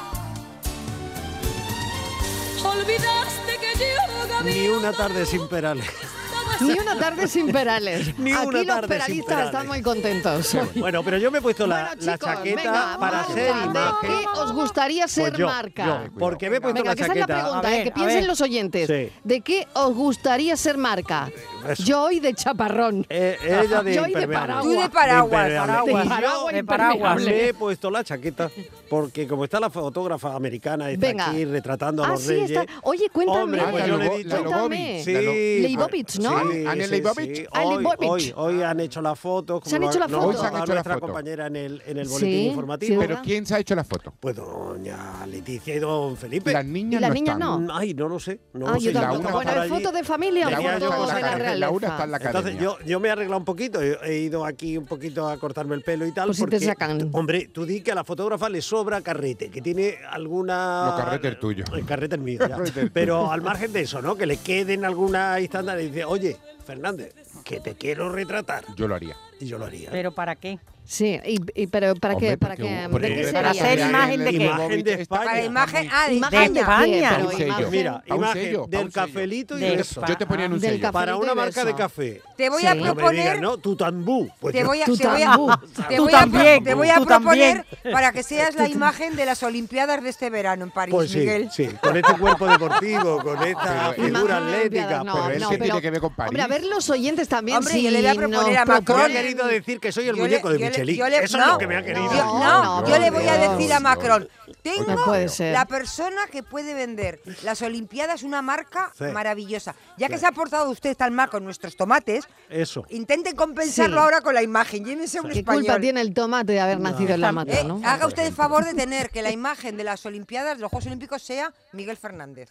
Speaker 8: Olvidaste que yo
Speaker 4: Ni
Speaker 8: gaviota,
Speaker 4: una tarde sin perales.
Speaker 8: estaba
Speaker 1: Ni una tarde sin perales.
Speaker 4: Ni
Speaker 1: Aquí
Speaker 4: una
Speaker 1: los
Speaker 4: tarde sin
Speaker 1: peralistas
Speaker 4: perales.
Speaker 1: están muy contentos.
Speaker 4: (laughs) Bueno, pero yo me he puesto la,
Speaker 1: Bueno,
Speaker 4: la
Speaker 1: chicos,
Speaker 4: chaqueta
Speaker 1: venga,
Speaker 4: para
Speaker 1: marca,
Speaker 4: ser
Speaker 1: ¿no?
Speaker 4: imagen.
Speaker 1: ¿Qué os gustaría ser
Speaker 4: Pues yo,
Speaker 1: marca?
Speaker 4: yo, porque me he puesto
Speaker 1: Venga,
Speaker 4: la
Speaker 1: que esa es
Speaker 4: chaqueta.
Speaker 1: la pregunta,
Speaker 5: A
Speaker 1: eh,
Speaker 5: ver,
Speaker 1: que
Speaker 5: a
Speaker 1: piensen
Speaker 5: ver.
Speaker 1: los oyentes.
Speaker 4: Sí.
Speaker 1: ¿De qué os gustaría ser marca?
Speaker 4: Eso.
Speaker 1: Yo hoy de chaparrón.
Speaker 4: Eh, (laughs) ella
Speaker 1: (laughs)
Speaker 4: de
Speaker 1: Yo y de
Speaker 4: impermeable.
Speaker 1: paraguas.
Speaker 6: Tú de paraguas,
Speaker 4: Impermeable. Y
Speaker 6: paraguas.
Speaker 4: yo
Speaker 1: Paraguas
Speaker 5: de paraguas.
Speaker 1: impermeable.
Speaker 4: Me he puesto la (laughs) chaqueta porque como está la fotógrafa americana está
Speaker 1: Venga.
Speaker 4: aquí retratando a
Speaker 1: Ah,
Speaker 4: los
Speaker 1: sí,
Speaker 4: reyes.
Speaker 1: está. Oye, cuéntame.
Speaker 4: Hombre,
Speaker 1: Ah,
Speaker 4: pues
Speaker 1: la
Speaker 4: yo le he
Speaker 3: Lobo-
Speaker 4: dicho.
Speaker 3: la
Speaker 1: Cuéntame.
Speaker 3: Lobovic.
Speaker 4: Sí,
Speaker 3: La Lo-
Speaker 1: Leibovitch, ¿no?
Speaker 4: Sí,
Speaker 3: Anne
Speaker 4: sí,
Speaker 3: Leibovitz.
Speaker 4: sí.
Speaker 1: Ah,
Speaker 4: Hoy,
Speaker 1: Leibovitch.
Speaker 4: hoy, hoy han hecho las fotos. Pues Como
Speaker 1: Se han
Speaker 4: lo
Speaker 1: hecho las
Speaker 4: nos
Speaker 1: fotos.
Speaker 4: ha
Speaker 1: Hoy se han
Speaker 4: contado
Speaker 3: hecho las
Speaker 4: nuestra
Speaker 3: fotos.
Speaker 4: compañera en el, en el boletín
Speaker 1: Sí, sí,
Speaker 4: informativo.
Speaker 1: ¿verdad?
Speaker 3: Pero ¿quién se ha hecho la foto?
Speaker 4: Pues doña Leticia y don Felipe.
Speaker 3: Las niñas
Speaker 1: ¿Y las
Speaker 3: no
Speaker 1: niñas
Speaker 3: están.
Speaker 1: no?
Speaker 4: Ay, no lo sé. No
Speaker 1: Ah,
Speaker 4: lo
Speaker 1: yo
Speaker 4: sé.
Speaker 3: la
Speaker 1: tampoco.
Speaker 3: una
Speaker 1: Bueno,
Speaker 4: para
Speaker 1: ¿es
Speaker 4: allí.
Speaker 1: foto de familia
Speaker 4: La
Speaker 1: o
Speaker 4: una
Speaker 1: foto de
Speaker 4: está en la
Speaker 1: la
Speaker 4: academia,
Speaker 1: realeza?
Speaker 3: la una está en la academia.
Speaker 4: Entonces yo, yo me he arreglado un poquito, he, he ido aquí un poquito a cortarme el pelo y tal.
Speaker 1: Pues si te
Speaker 4: porque,
Speaker 1: sacan.
Speaker 4: t- Hombre, tú di que a la fotógrafa le sobra carrete, que tiene alguna...
Speaker 3: No, carrete el tuyo.
Speaker 4: Ah, El carrete el mío, ya.
Speaker 3: Carrete el tuyo.
Speaker 4: Pero al margen de eso, ¿no? Que le queden alguna estándares y dice, oye, Fernández, que te quiero retratar.
Speaker 3: Yo lo haría.
Speaker 4: Y yo lo haría.
Speaker 5: ¿Pero para qué?
Speaker 1: Sí, y, y- pero ¿para
Speaker 3: Hombre,
Speaker 1: qué? ¿Para
Speaker 3: porque-
Speaker 1: qué?
Speaker 3: porque
Speaker 1: ¿De qué
Speaker 4: hombre,
Speaker 5: para
Speaker 1: sería?
Speaker 5: hacer imagen de qué?
Speaker 4: Imagen de España.
Speaker 6: Para la imagen. Ah, de
Speaker 1: Imagen
Speaker 5: de
Speaker 1: de
Speaker 5: España.
Speaker 1: qué,
Speaker 3: Un
Speaker 1: pero
Speaker 3: sello.
Speaker 1: imagen-
Speaker 4: Mira,
Speaker 3: Pa' un
Speaker 4: imagen
Speaker 3: sello, pa'
Speaker 4: del
Speaker 3: un sello.
Speaker 4: cafelito y
Speaker 5: De
Speaker 4: beso.
Speaker 5: pa-
Speaker 3: Yo te ponía en un
Speaker 1: Del
Speaker 3: sello.
Speaker 1: café.
Speaker 4: Para una
Speaker 1: Cafelito y
Speaker 4: marca
Speaker 1: beso.
Speaker 4: de café.
Speaker 6: Te voy
Speaker 1: Sí.
Speaker 6: a
Speaker 1: No me
Speaker 4: No me
Speaker 6: proponer.
Speaker 4: digas, ¿no? Tutambú. Pues
Speaker 6: Te
Speaker 4: yo-
Speaker 6: voy a,
Speaker 1: Tú
Speaker 6: te voy a-
Speaker 1: tambú.
Speaker 6: te
Speaker 5: Tú
Speaker 6: voy a pro-
Speaker 5: también,
Speaker 6: te voy a
Speaker 5: tú también.
Speaker 6: proponer para
Speaker 3: (laughs)
Speaker 6: que seas la imagen de las Olimpiadas de este verano en París,
Speaker 4: Pues sí,
Speaker 6: Miguel.
Speaker 4: sí, con este cuerpo deportivo, con esta
Speaker 3: Pero-
Speaker 4: figura
Speaker 1: Imagen de
Speaker 4: atlética.
Speaker 1: Olimpiadas, no,
Speaker 4: pero
Speaker 3: él
Speaker 1: no,
Speaker 3: ¿qué tiene que ver con París?
Speaker 1: Hombre, a ver los oyentes también.
Speaker 6: Hombre,
Speaker 1: si
Speaker 6: yo le voy a proponer
Speaker 1: nos
Speaker 6: a
Speaker 4: Yo
Speaker 6: Macron-
Speaker 1: proponen-
Speaker 4: he querido decir que soy el
Speaker 6: Yo le-
Speaker 4: muñeco
Speaker 6: yo
Speaker 4: de
Speaker 6: le-
Speaker 4: Michelin.
Speaker 6: yo le-
Speaker 4: Eso es
Speaker 6: no,
Speaker 4: lo que me ha querido.
Speaker 6: Yo- no,
Speaker 1: No,
Speaker 6: yo le voy a
Speaker 1: Dios,
Speaker 6: decir a Macron,
Speaker 3: Dios.
Speaker 6: tengo
Speaker 1: No puede ser.
Speaker 6: la persona que puede vender las Olimpiadas una marca
Speaker 4: Sí.
Speaker 6: maravillosa. Ya que
Speaker 4: Sí.
Speaker 6: se ha portado usted tan mal con nuestros tomates,
Speaker 4: Eso.
Speaker 6: intenten compensarlo
Speaker 1: Sí.
Speaker 6: ahora con la imagen. Llévense un
Speaker 1: ¿Qué
Speaker 6: español.
Speaker 1: culpa tiene el tomate de haber nacido en la mata,
Speaker 6: Eh,
Speaker 1: no?
Speaker 6: Haga usted el favor de tener que la imagen de las Olimpiadas, de los Juegos Olímpicos, sea Miguel Fernández.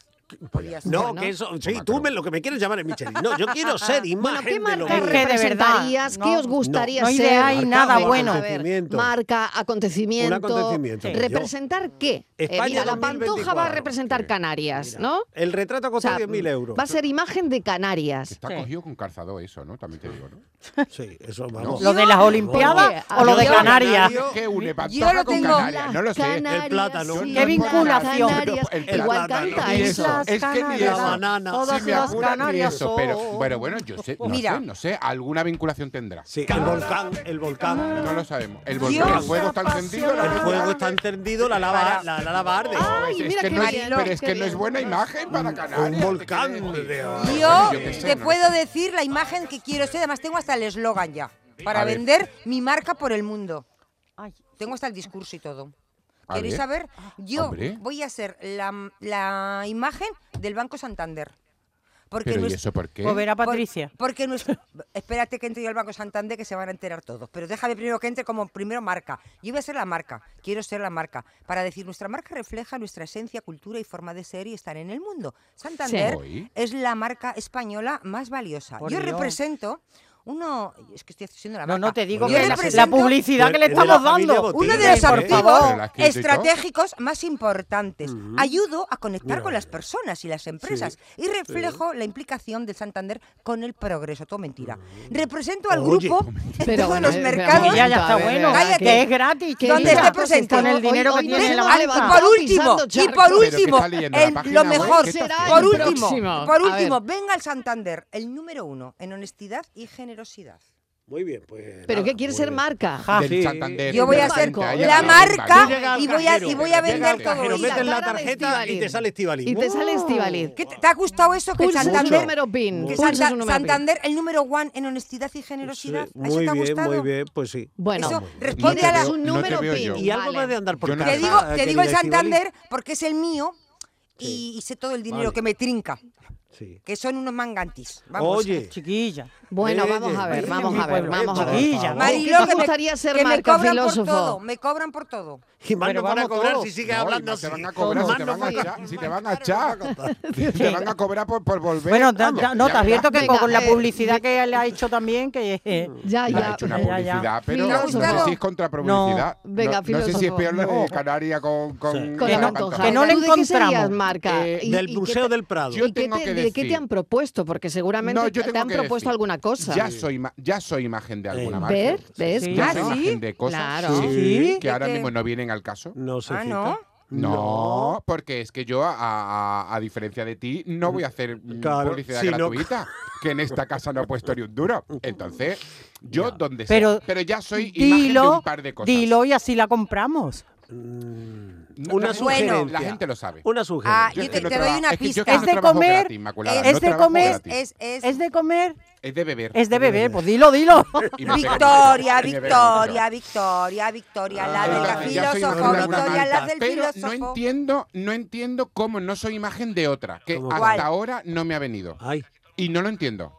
Speaker 6: Y ya está.
Speaker 4: No,
Speaker 1: Bueno.
Speaker 4: que eso. Sí, tú me, lo que me quieres llamar es Michelin. No, yo quiero ser
Speaker 1: Bueno,
Speaker 4: imagen
Speaker 1: ¿qué
Speaker 4: de lo
Speaker 1: marca
Speaker 5: que- Es que de
Speaker 4: que
Speaker 5: verdad,
Speaker 1: representarías? ¿Qué
Speaker 5: no,
Speaker 1: os gustaría
Speaker 5: no hay
Speaker 1: ser?
Speaker 5: idea, hay
Speaker 1: Marca,
Speaker 5: nada
Speaker 1: vamos a
Speaker 5: bueno.
Speaker 1: ver,
Speaker 4: Acontecimiento.
Speaker 1: marca, acontecimiento.
Speaker 4: Un acontecimiento, Sí. yo.
Speaker 1: ¿Representar qué? Eh,
Speaker 4: España
Speaker 1: mira, la Pantoja va a
Speaker 4: 2024.
Speaker 1: representar Canarias, ¿no?
Speaker 4: El retrato
Speaker 1: O sea,
Speaker 4: costó 10.000 euros.
Speaker 1: Va a ser imagen de Canarias.
Speaker 3: Está
Speaker 5: Sí.
Speaker 3: cogido con calzador eso, ¿no? También te digo, ¿no?
Speaker 4: (laughs) Sí, eso vamos.
Speaker 5: ¿Lo de las
Speaker 1: Oye,
Speaker 5: Olimpiadas
Speaker 1: a
Speaker 5: o lo
Speaker 1: ver,
Speaker 5: de
Speaker 1: yo-
Speaker 5: Canarias?
Speaker 3: ¿Qué une
Speaker 6: Yo
Speaker 3: Pantoja
Speaker 6: lo
Speaker 3: con
Speaker 6: tengo.
Speaker 3: Canarias? No lo sé.
Speaker 4: El plátano.
Speaker 1: sí,
Speaker 4: ¿Qué
Speaker 1: las
Speaker 5: vinculación?
Speaker 1: Canarias.
Speaker 3: El
Speaker 1: Igual
Speaker 4: plátano.
Speaker 1: canta
Speaker 3: Ni
Speaker 1: eso.
Speaker 3: eso. Es que ni
Speaker 4: La
Speaker 3: eso.
Speaker 4: banana.
Speaker 3: Si
Speaker 5: Todas
Speaker 3: me
Speaker 5: las
Speaker 3: apuras, ni
Speaker 5: Canarias
Speaker 3: eso, pero
Speaker 5: son.
Speaker 3: bueno, bueno, yo sé, no
Speaker 6: Mira.
Speaker 3: sé, no sé, alguna vinculación tendrá.
Speaker 4: Sí, el volcán, el volcán.
Speaker 3: No lo sabemos. El volcán,
Speaker 6: Dios
Speaker 3: el fuego está encendido.
Speaker 4: El
Speaker 3: la luz-
Speaker 4: fuego está encendido, la lava, la, la lava arde. Mm,
Speaker 1: Ah, Ay,
Speaker 3: Es
Speaker 1: mira
Speaker 3: que
Speaker 1: qué
Speaker 3: no es-
Speaker 1: bien,
Speaker 3: pero es
Speaker 1: qué
Speaker 3: que no es
Speaker 1: bien.
Speaker 3: buena imagen para Canarias.
Speaker 4: un
Speaker 3: ¿te
Speaker 4: volcán
Speaker 3: quiero decir?
Speaker 4: de-
Speaker 3: Bueno,
Speaker 6: Yo
Speaker 3: yo qué sé,
Speaker 6: te
Speaker 3: no
Speaker 6: puedo
Speaker 3: sé.
Speaker 6: decir la imagen que quiero ser, además tengo hasta el eslogan ya, para
Speaker 3: A ver.
Speaker 6: vender mi marca por el mundo.
Speaker 5: Ay, Ah.
Speaker 6: Tengo hasta el discurso y todo.
Speaker 3: A
Speaker 6: ¿Queréis
Speaker 3: ver.
Speaker 6: saber? Yo
Speaker 3: Hombre.
Speaker 6: voy a ser la, la imagen del Banco Santander. Porque
Speaker 3: Pero, ¿y
Speaker 6: nues-
Speaker 3: eso por qué?
Speaker 5: O ver a Pues Patricia.
Speaker 6: Por- porque nuestro- (laughs) espérate que entre yo al Banco Santander que se van a enterar todos. Pero déjame primero que entre como primero marca. Yo voy a ser la marca. Quiero ser la marca. Para decir, nuestra marca refleja nuestra esencia, cultura y forma de ser y estar en el mundo. Santander
Speaker 3: Sí.
Speaker 6: es la marca española más valiosa.
Speaker 5: Por
Speaker 6: yo
Speaker 5: Dios.
Speaker 6: represento uno... Es que estoy haciendo la
Speaker 5: No,
Speaker 6: marca.
Speaker 5: no, te digo
Speaker 6: Yo
Speaker 5: que la, la
Speaker 6: represento-
Speaker 5: publicidad que le
Speaker 4: De la
Speaker 5: estamos
Speaker 4: familia
Speaker 5: dando.
Speaker 4: Botín,
Speaker 6: uno de
Speaker 4: Hombre,
Speaker 6: los
Speaker 5: Por
Speaker 6: activos
Speaker 5: favor.
Speaker 3: Pero la has escrito y
Speaker 6: estratégicos más importantes.
Speaker 4: Ujú.
Speaker 6: Ayudo a conectar
Speaker 4: Mira,
Speaker 6: con las personas y las empresas y reflejo la implicación del Santander con el progreso. Todo mentira.
Speaker 3: Mm.
Speaker 6: Represento al
Speaker 4: Oye,
Speaker 6: grupo
Speaker 4: todo
Speaker 6: en
Speaker 1: Pero
Speaker 6: todos
Speaker 1: bueno,
Speaker 6: los
Speaker 1: eh, pero
Speaker 6: mercados.
Speaker 1: vamos
Speaker 5: Ya, ya está
Speaker 1: A ver,
Speaker 5: bueno.
Speaker 6: cállate.
Speaker 5: Que es gratis.
Speaker 6: Que
Speaker 5: chica.
Speaker 6: ¿Dónde está presente?
Speaker 5: Con el dinero
Speaker 1: Hoy-
Speaker 5: que
Speaker 1: hoy
Speaker 5: tiene
Speaker 1: nos
Speaker 5: la
Speaker 1: hemos
Speaker 6: y
Speaker 5: banca.
Speaker 1: levantado.
Speaker 6: por
Speaker 1: pisando
Speaker 6: último, y
Speaker 1: charcos.
Speaker 6: por
Speaker 1: Pero
Speaker 3: que
Speaker 6: último,
Speaker 3: está leyendo la
Speaker 6: el-
Speaker 3: página
Speaker 6: lo
Speaker 3: web,
Speaker 6: mejor,
Speaker 3: ¿qué está
Speaker 1: haciendo?
Speaker 6: por
Speaker 1: El
Speaker 6: último,
Speaker 1: próximo.
Speaker 6: por
Speaker 1: A
Speaker 6: último,
Speaker 1: ver.
Speaker 6: venga al Santander, el número uno en honestidad y generosidad.
Speaker 4: Muy bien, pues.
Speaker 1: ¿Pero
Speaker 4: nada,
Speaker 1: qué quiere
Speaker 4: muy
Speaker 1: ser
Speaker 4: bien.
Speaker 1: marca?
Speaker 5: Ja.
Speaker 3: Del
Speaker 4: Sí.
Speaker 3: Santander.
Speaker 6: Ah, Yo voy a
Speaker 3: del
Speaker 6: ser
Speaker 3: banco,
Speaker 1: la
Speaker 3: ya está,
Speaker 6: marca
Speaker 3: banco.
Speaker 4: Llega al
Speaker 6: y voy a-
Speaker 4: cajero,
Speaker 6: y voy a
Speaker 4: llega
Speaker 6: vender
Speaker 4: al cajero,
Speaker 6: todo. Y la
Speaker 4: Metes la
Speaker 1: cara de
Speaker 4: tarjeta y
Speaker 1: Estíbaliz.
Speaker 4: te sale ¡Oh! Estivali.
Speaker 1: Y te sale Estivaliz.
Speaker 6: ¿Qué te, te ha gustado eso que el
Speaker 1: Pulsa un
Speaker 6: Santander?
Speaker 1: número PIN.
Speaker 6: Que
Speaker 1: pulsa
Speaker 6: Santa-
Speaker 1: un número PIN.
Speaker 6: Santander, el número one en honestidad y generosidad. ¿A ¿Eso
Speaker 4: Muy
Speaker 6: te ha
Speaker 4: bien,
Speaker 6: gustado?
Speaker 4: muy bien, pues sí.
Speaker 1: Bueno,
Speaker 6: Eso
Speaker 3: No
Speaker 6: responde
Speaker 3: te
Speaker 6: a la...
Speaker 3: veo-
Speaker 1: un
Speaker 3: no te
Speaker 1: número
Speaker 3: veo
Speaker 1: PIN.
Speaker 3: yo.
Speaker 4: Y algo
Speaker 1: Vale.
Speaker 4: más de andar por
Speaker 3: Yo no
Speaker 6: Te
Speaker 4: casa.
Speaker 3: sé.
Speaker 6: digo, te
Speaker 4: querida
Speaker 6: digo el
Speaker 4: Estíbaliz.
Speaker 6: Santander porque es el mío y, y sé todo el dinero
Speaker 4: Vale.
Speaker 6: que me trinca,
Speaker 4: Sí.
Speaker 6: que son unos mangantis. Vamos.
Speaker 4: Oye,
Speaker 5: Chiquilla.
Speaker 1: Bueno,
Speaker 4: Oye,
Speaker 1: vamos a ver,
Speaker 4: oye,
Speaker 1: vamos
Speaker 5: mi
Speaker 1: a ver,
Speaker 5: pueblo,
Speaker 1: vamos a ver.
Speaker 5: chiquilla,
Speaker 4: por favor.
Speaker 6: Mariló,
Speaker 1: ¿Qué te
Speaker 6: que me-
Speaker 1: gustaría ser
Speaker 6: que
Speaker 1: marca,
Speaker 6: me cobran
Speaker 1: filósofo?
Speaker 6: por todo, me cobran por todo.
Speaker 4: y más
Speaker 5: Pero
Speaker 4: no van a
Speaker 5: vamos
Speaker 4: cobrar
Speaker 5: todos.
Speaker 4: si
Speaker 3: No,
Speaker 4: sigues
Speaker 3: y
Speaker 4: hablando
Speaker 3: no te
Speaker 4: así.
Speaker 3: van a cobrar, si
Speaker 4: Más
Speaker 3: te van
Speaker 4: no
Speaker 3: a
Speaker 4: van a-
Speaker 3: echar, si te van a echar, (laughs) te van a cobrar por, por volver.
Speaker 5: Bueno, da-
Speaker 3: Vamos,
Speaker 5: da- no,
Speaker 3: ya
Speaker 5: te advierto que
Speaker 1: Venga,
Speaker 5: con la
Speaker 1: eh,
Speaker 5: publicidad que le ha hecho también, que eh,
Speaker 1: Ya,
Speaker 3: Le ha
Speaker 1: ya.
Speaker 3: hecho una
Speaker 5: ya, ya.
Speaker 3: publicidad, pero
Speaker 1: Mira,
Speaker 3: no sé
Speaker 6: Gustavo.
Speaker 3: si es contra publicidad.
Speaker 1: No. Venga,
Speaker 3: no, no sé si es
Speaker 1: filósofo.
Speaker 3: peor la de
Speaker 1: No.
Speaker 3: Canarias con, con,
Speaker 4: Sí.
Speaker 1: Con
Speaker 5: Que
Speaker 1: la
Speaker 5: no-
Speaker 1: pantoja.
Speaker 5: que no le
Speaker 1: ¿Tú de qué serías
Speaker 5: encontramos.
Speaker 1: marca?
Speaker 3: Eh,
Speaker 1: ¿Y-
Speaker 4: Del
Speaker 1: y qué
Speaker 4: Museo
Speaker 1: te-
Speaker 4: del Prado.
Speaker 1: ¿Y
Speaker 3: Yo
Speaker 1: qué
Speaker 3: tengo
Speaker 1: te,
Speaker 3: que
Speaker 1: de qué te
Speaker 3: decir-
Speaker 1: han propuesto? Porque seguramente
Speaker 3: No, yo tengo
Speaker 1: te han
Speaker 3: que
Speaker 1: propuesto
Speaker 3: decir,
Speaker 1: alguna cosa.
Speaker 3: Ya soy, ima- ya soy imagen de alguna
Speaker 4: Eh.
Speaker 3: marca.
Speaker 1: ¿Ver? ¿Ves?
Speaker 5: Sí.
Speaker 3: Ya
Speaker 1: Ah,
Speaker 3: soy
Speaker 1: sí.
Speaker 3: imagen de cosas
Speaker 1: Claro.
Speaker 3: sí,
Speaker 5: Sí.
Speaker 3: que ahora
Speaker 6: ¿De qué?
Speaker 3: mismo no vienen al caso.
Speaker 4: No se
Speaker 6: Ah,
Speaker 4: cita.
Speaker 6: ¿no?
Speaker 3: No, porque es que yo, a, a- a diferencia de ti, no voy a hacer mm,
Speaker 4: Claro,
Speaker 3: publicidad
Speaker 4: si no- (laughs)
Speaker 3: gratuita, que en esta casa no he puesto ni un duro. Entonces, yo donde sea,
Speaker 5: Pero
Speaker 3: pero ya soy imagen de
Speaker 5: dilo,
Speaker 3: un par de cosas.
Speaker 5: dilo y así la compramos.
Speaker 3: No,
Speaker 4: Una
Speaker 3: la gente-
Speaker 6: sugerencia.
Speaker 3: La gente lo sabe.
Speaker 4: Una
Speaker 6: Ah,
Speaker 4: sugerencia.
Speaker 6: yo
Speaker 3: es
Speaker 6: te-
Speaker 3: que no
Speaker 6: doy
Speaker 3: traba-
Speaker 6: una
Speaker 3: es que yo es que
Speaker 6: pista.
Speaker 3: no
Speaker 5: Es de
Speaker 3: trabajo
Speaker 5: comer,
Speaker 3: gratis, Inmaculada,
Speaker 5: es
Speaker 3: no
Speaker 5: de
Speaker 3: trabajo
Speaker 5: comer,
Speaker 3: gratis.
Speaker 6: Es, es,
Speaker 5: Es de comer,
Speaker 3: Es de beber.
Speaker 5: es de beber, pues dilo, dilo.
Speaker 3: (laughs) Y me pego mucho.
Speaker 6: Victoria,
Speaker 3: Y me pego
Speaker 6: Victoria,
Speaker 3: mucho.
Speaker 6: Victoria, Victoria, la
Speaker 4: Ah,
Speaker 6: del
Speaker 4: ya soy
Speaker 6: filósofo,
Speaker 4: una
Speaker 6: Victoria, la
Speaker 4: marca.
Speaker 6: del
Speaker 3: Pero no
Speaker 6: filósofo.
Speaker 3: entiendo, no entiendo cómo no soy imagen de otra, que
Speaker 4: ¿Cómo?
Speaker 3: hasta
Speaker 6: ¿Cuál?
Speaker 3: ahora no me ha venido.
Speaker 4: Ay,
Speaker 3: Y no lo entiendo.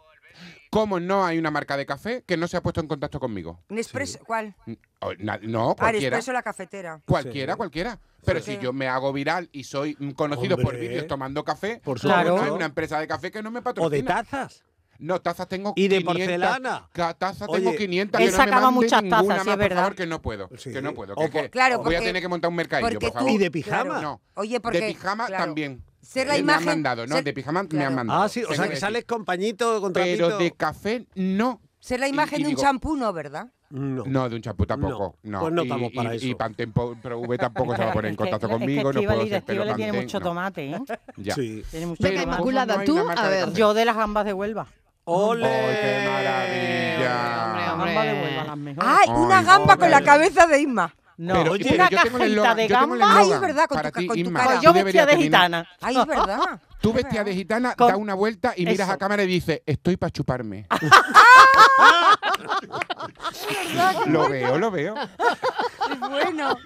Speaker 3: ¿Cómo no hay una marca de café que no se ha puesto en contacto conmigo? Mm,
Speaker 6: Nespresso, ¿cuál?
Speaker 3: O- na- No,
Speaker 6: Ah,
Speaker 3: cualquiera.
Speaker 6: Nespresso, la cafetera.
Speaker 3: Cualquiera, cualquiera. Pero si yo me hago viral y soy mm, conocido por
Speaker 4: Hombre.
Speaker 3: vídeos tomando café,
Speaker 4: Por
Speaker 3: ¿cómo
Speaker 5: supuesto.
Speaker 3: no hay una empresa de café que no me
Speaker 4: o de
Speaker 3: patrocina.
Speaker 4: tazas.
Speaker 3: No, tazas tengo
Speaker 4: Y de
Speaker 3: 500.
Speaker 4: porcelana.
Speaker 3: Ca- Tazas
Speaker 4: Oye,
Speaker 3: tengo 500.
Speaker 5: él
Speaker 3: que no me
Speaker 5: sacaba
Speaker 3: mande
Speaker 5: muchas tazas,
Speaker 3: ninguna
Speaker 5: sí,
Speaker 3: más,
Speaker 5: es
Speaker 3: por
Speaker 5: verdad.
Speaker 3: favor, que no puedo.
Speaker 4: Sí.
Speaker 3: Que no puedo.
Speaker 4: O
Speaker 3: que-
Speaker 4: por-
Speaker 3: que
Speaker 6: Claro,
Speaker 3: voy a
Speaker 6: porque-
Speaker 3: tener que montar un mercadillo,
Speaker 6: Porque
Speaker 3: por
Speaker 6: tú,
Speaker 3: favor.
Speaker 4: Y de pijama.
Speaker 3: No.
Speaker 6: Oye, porque
Speaker 3: de pijama
Speaker 6: claro,
Speaker 3: también.
Speaker 6: Ser la
Speaker 3: Eh,
Speaker 6: imagen.
Speaker 3: Me han mandado, ¿no?
Speaker 6: ser-
Speaker 3: De pijama me
Speaker 6: claro.
Speaker 3: han mandado.
Speaker 4: Ah, sí, o
Speaker 3: Tengo
Speaker 4: sea que
Speaker 3: decir.
Speaker 4: sales con pañito, con
Speaker 3: Pero
Speaker 4: trapito.
Speaker 3: de café no.
Speaker 6: Ser la
Speaker 3: Y-
Speaker 6: imagen
Speaker 3: y
Speaker 6: de un
Speaker 3: digo,
Speaker 6: champú, no, ¿verdad?
Speaker 4: No.
Speaker 3: No, de un champú tampoco. No.
Speaker 4: No, pues no
Speaker 3: Y-
Speaker 4: estamos
Speaker 3: y-
Speaker 4: para
Speaker 3: Y
Speaker 4: eso.
Speaker 3: Pantempo Pro V tampoco se va a poner en
Speaker 5: (laughs) Es que-
Speaker 3: contacto
Speaker 5: es que
Speaker 3: conmigo. No
Speaker 5: Estíbaliz
Speaker 3: puedo
Speaker 5: de
Speaker 3: ser pelo
Speaker 5: Estíbaliz tiene
Speaker 3: Pantene,
Speaker 5: mucho
Speaker 3: no.
Speaker 5: tomate, ¿eh?
Speaker 3: Ya.
Speaker 4: Sí.
Speaker 5: Tiene mucho
Speaker 1: Venga,
Speaker 3: Pero
Speaker 5: tomate.
Speaker 1: Inmaculada,
Speaker 3: no hay
Speaker 1: tú,
Speaker 3: una marca
Speaker 1: a
Speaker 3: de
Speaker 1: ver.
Speaker 3: café.
Speaker 5: Yo de las gambas de Huelva.
Speaker 4: ¡Ole!
Speaker 3: ¡Ay, qué maravilla!
Speaker 1: Hombre, hombre,
Speaker 5: Gambas de Huelva, las mejores.
Speaker 6: ¡Ay, Ah, una
Speaker 3: Ay,
Speaker 6: gamba con la
Speaker 3: hombre.
Speaker 6: cabeza de Isma!
Speaker 5: no,
Speaker 3: Pero,
Speaker 5: una
Speaker 4: oye,
Speaker 3: yo tengo el eslogan,
Speaker 5: cajita de
Speaker 3: yo tengo el
Speaker 5: gamba.
Speaker 6: Ay, es
Speaker 3: eslogan
Speaker 6: verdad, con
Speaker 3: para
Speaker 6: tu-
Speaker 3: ti,
Speaker 6: con tu
Speaker 3: Inma.
Speaker 6: cara.
Speaker 5: Pues
Speaker 3: Tú
Speaker 5: yo
Speaker 3: deberías
Speaker 5: vestida de
Speaker 3: terminar-
Speaker 5: gitana.
Speaker 6: ¡Ay, es verdad!
Speaker 3: Tú vestida de gitana,
Speaker 5: Con-
Speaker 3: da una vuelta y miras
Speaker 5: Eso.
Speaker 3: a cámara y dices, estoy para
Speaker 5: (laughs)
Speaker 3: chuparme. lo veo, lo veo.
Speaker 6: Bueno,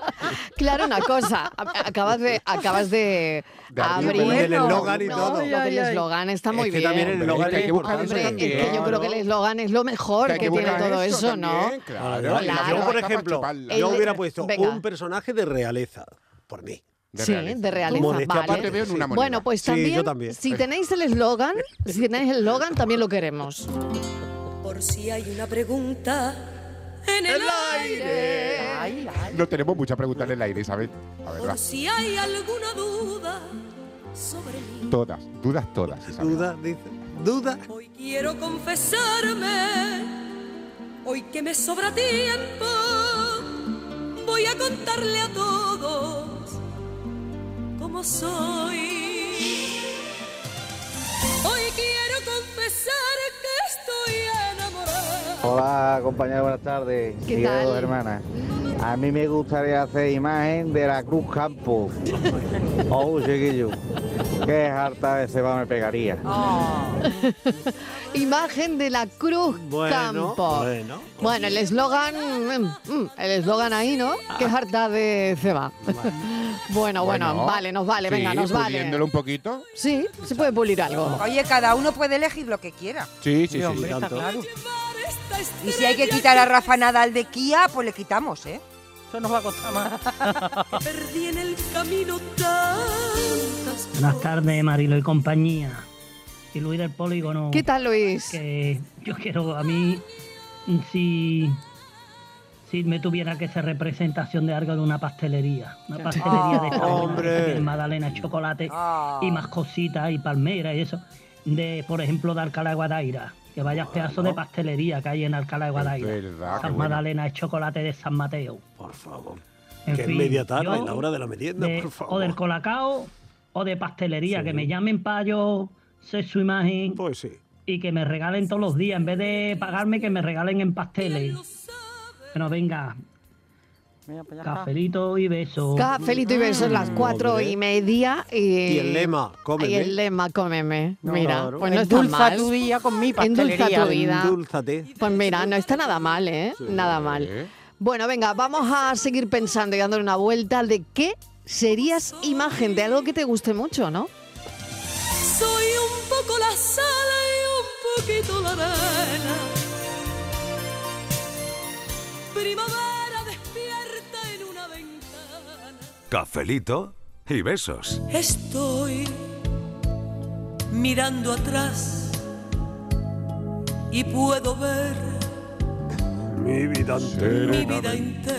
Speaker 1: Claro, una cosa. a- Acabas de, acabas de,
Speaker 3: De abrir.
Speaker 1: abrir.
Speaker 6: Del
Speaker 4: eslogan y
Speaker 1: No,
Speaker 4: todo.
Speaker 1: Lo del eslogan está
Speaker 4: Es
Speaker 1: muy
Speaker 4: que
Speaker 1: bien.
Speaker 4: también el
Speaker 3: Hombre,
Speaker 4: eslogan
Speaker 3: es que hay
Speaker 4: es
Speaker 3: que buscar
Speaker 4: importante.
Speaker 1: Hombre, es
Speaker 3: también,
Speaker 1: que yo creo que el eslogan es lo mejor
Speaker 3: Que hay
Speaker 1: que,
Speaker 3: que
Speaker 1: tiene
Speaker 3: buscar
Speaker 1: todo eso,
Speaker 3: también,
Speaker 1: ¿no?
Speaker 3: Claro,
Speaker 4: Claro,
Speaker 3: y la
Speaker 1: claro.
Speaker 4: Yo,
Speaker 3: boca
Speaker 4: por
Speaker 3: está pa'
Speaker 4: ejemplo,
Speaker 3: chuparla.
Speaker 1: El-
Speaker 4: yo hubiera puesto
Speaker 1: Venga.
Speaker 4: un personaje de realeza, por mí. este
Speaker 3: De
Speaker 1: sí,
Speaker 3: realeza.
Speaker 1: de realeza,
Speaker 4: Modestia
Speaker 1: vale.
Speaker 3: Aparte veo en una moneda.
Speaker 1: Bueno, pues
Speaker 4: Sí,
Speaker 1: también,
Speaker 4: yo también.
Speaker 1: si tenéis el eslogan, si tenéis el eslogan, también lo queremos.
Speaker 8: Por si hay una pregunta en el aire.
Speaker 5: Ay, ay.
Speaker 3: No tenemos muchas preguntas en el aire, Isabel. La verdad.
Speaker 8: Por si hay alguna duda sobre mí.
Speaker 3: Todas, dudas todas, Isabel.
Speaker 4: Duda, dice. Duda.
Speaker 8: Hoy quiero confesarme, hoy que me sobra tiempo, voy a contarle a todos cómo soy. Hoy quiero confesar que estoy enamorada. (laughs)
Speaker 9: Hola compañeros, buenas tardes.
Speaker 1: ¿Qué
Speaker 9: Soy
Speaker 1: tal?
Speaker 9: Edu, hermana. A mí me
Speaker 1: (laughs)
Speaker 9: gustaría hacer imagen de la Cruz Campo. Oh, chiquillo. Qué harta de ceba me pegaría.
Speaker 1: Oh, (laughs) Imagen de la Cruz
Speaker 9: Bueno,
Speaker 1: Campo.
Speaker 9: bueno.
Speaker 1: Bueno, el eslogan, mm, mm, el eslogan ahí, ¿no?
Speaker 10: Ah.
Speaker 1: Qué harta de ceba. (laughs) Bueno, bueno, vale, nos vale, venga,
Speaker 3: sí,
Speaker 1: nos vale.
Speaker 3: puliéndolo un poquito.
Speaker 1: Sí, se puede pulir algo.
Speaker 6: Oye, cada uno puede elegir lo que quiera.
Speaker 3: Sí, sí,
Speaker 6: Sí,
Speaker 3: sí.
Speaker 6: hombre, está claro. Y si hay que quitar a Rafa Nadal de Kia, pues le quitamos, ¿eh?
Speaker 5: Eso nos va a costar más.
Speaker 8: Perdí en el camino tantas
Speaker 10: Buenas tardes, Marilo y compañía. Y Luis del Polígono.
Speaker 1: ¿Qué tal, Luis?
Speaker 10: Que yo quiero, a mí, si, si me tuviera que hacer representación de algo de una pastelería. Una pastelería de esta
Speaker 4: Ah,
Speaker 10: buena que
Speaker 4: hombre. Ah.
Speaker 10: tiene magdalena, chocolate y más cositas y palmeras y eso. De, por ejemplo, de Alcalá de Guadaira. Que vayas pedazo de pastelería que hay en Alcalá de Guadaira.
Speaker 3: verdad, qué
Speaker 10: San
Speaker 3: bueno.
Speaker 10: Magdalena es chocolate de San Mateo.
Speaker 4: Por favor.
Speaker 10: En
Speaker 4: que
Speaker 10: fin,
Speaker 4: es media tarde,
Speaker 10: yo-
Speaker 4: la hora de la merienda,
Speaker 10: de-
Speaker 4: por
Speaker 10: o
Speaker 4: favor.
Speaker 10: del colacao o de pastelería,
Speaker 4: Sí.
Speaker 10: que me llamen para yo ser su imagen
Speaker 4: Pues sí.
Speaker 10: y que me regalen todos los días, en vez de pagarme que me regalen en pasteles. Bueno, venga,
Speaker 5: Mira, pues ya está.
Speaker 10: cafelito y besos.
Speaker 1: Cafelito y besos
Speaker 4: Mm,
Speaker 1: las cuatro y media y,
Speaker 10: Mm, Y el lema,
Speaker 1: Y
Speaker 10: cómeme.
Speaker 1: el lema, cómeme.
Speaker 10: No,
Speaker 1: Mira,
Speaker 10: claro.
Speaker 1: pues no está
Speaker 5: Endulza
Speaker 1: mal.
Speaker 5: tu día con mi pastelería.
Speaker 1: (laughs) Endulza tu vida.
Speaker 4: Endúlzate.
Speaker 1: Pues mira, no está nada mal, ¿eh? Nada mal. Bueno, venga, vamos a seguir pensando y dándole una vuelta de qué serías imagen de algo que te guste mucho, ¿no?
Speaker 8: Soy un poco la sala y un poquito la arena. Primavera despierta en una ventana.
Speaker 11: Cafelito y besos.
Speaker 8: Estoy mirando atrás y puedo ver
Speaker 4: Mi vida entera.
Speaker 8: mi vida entera.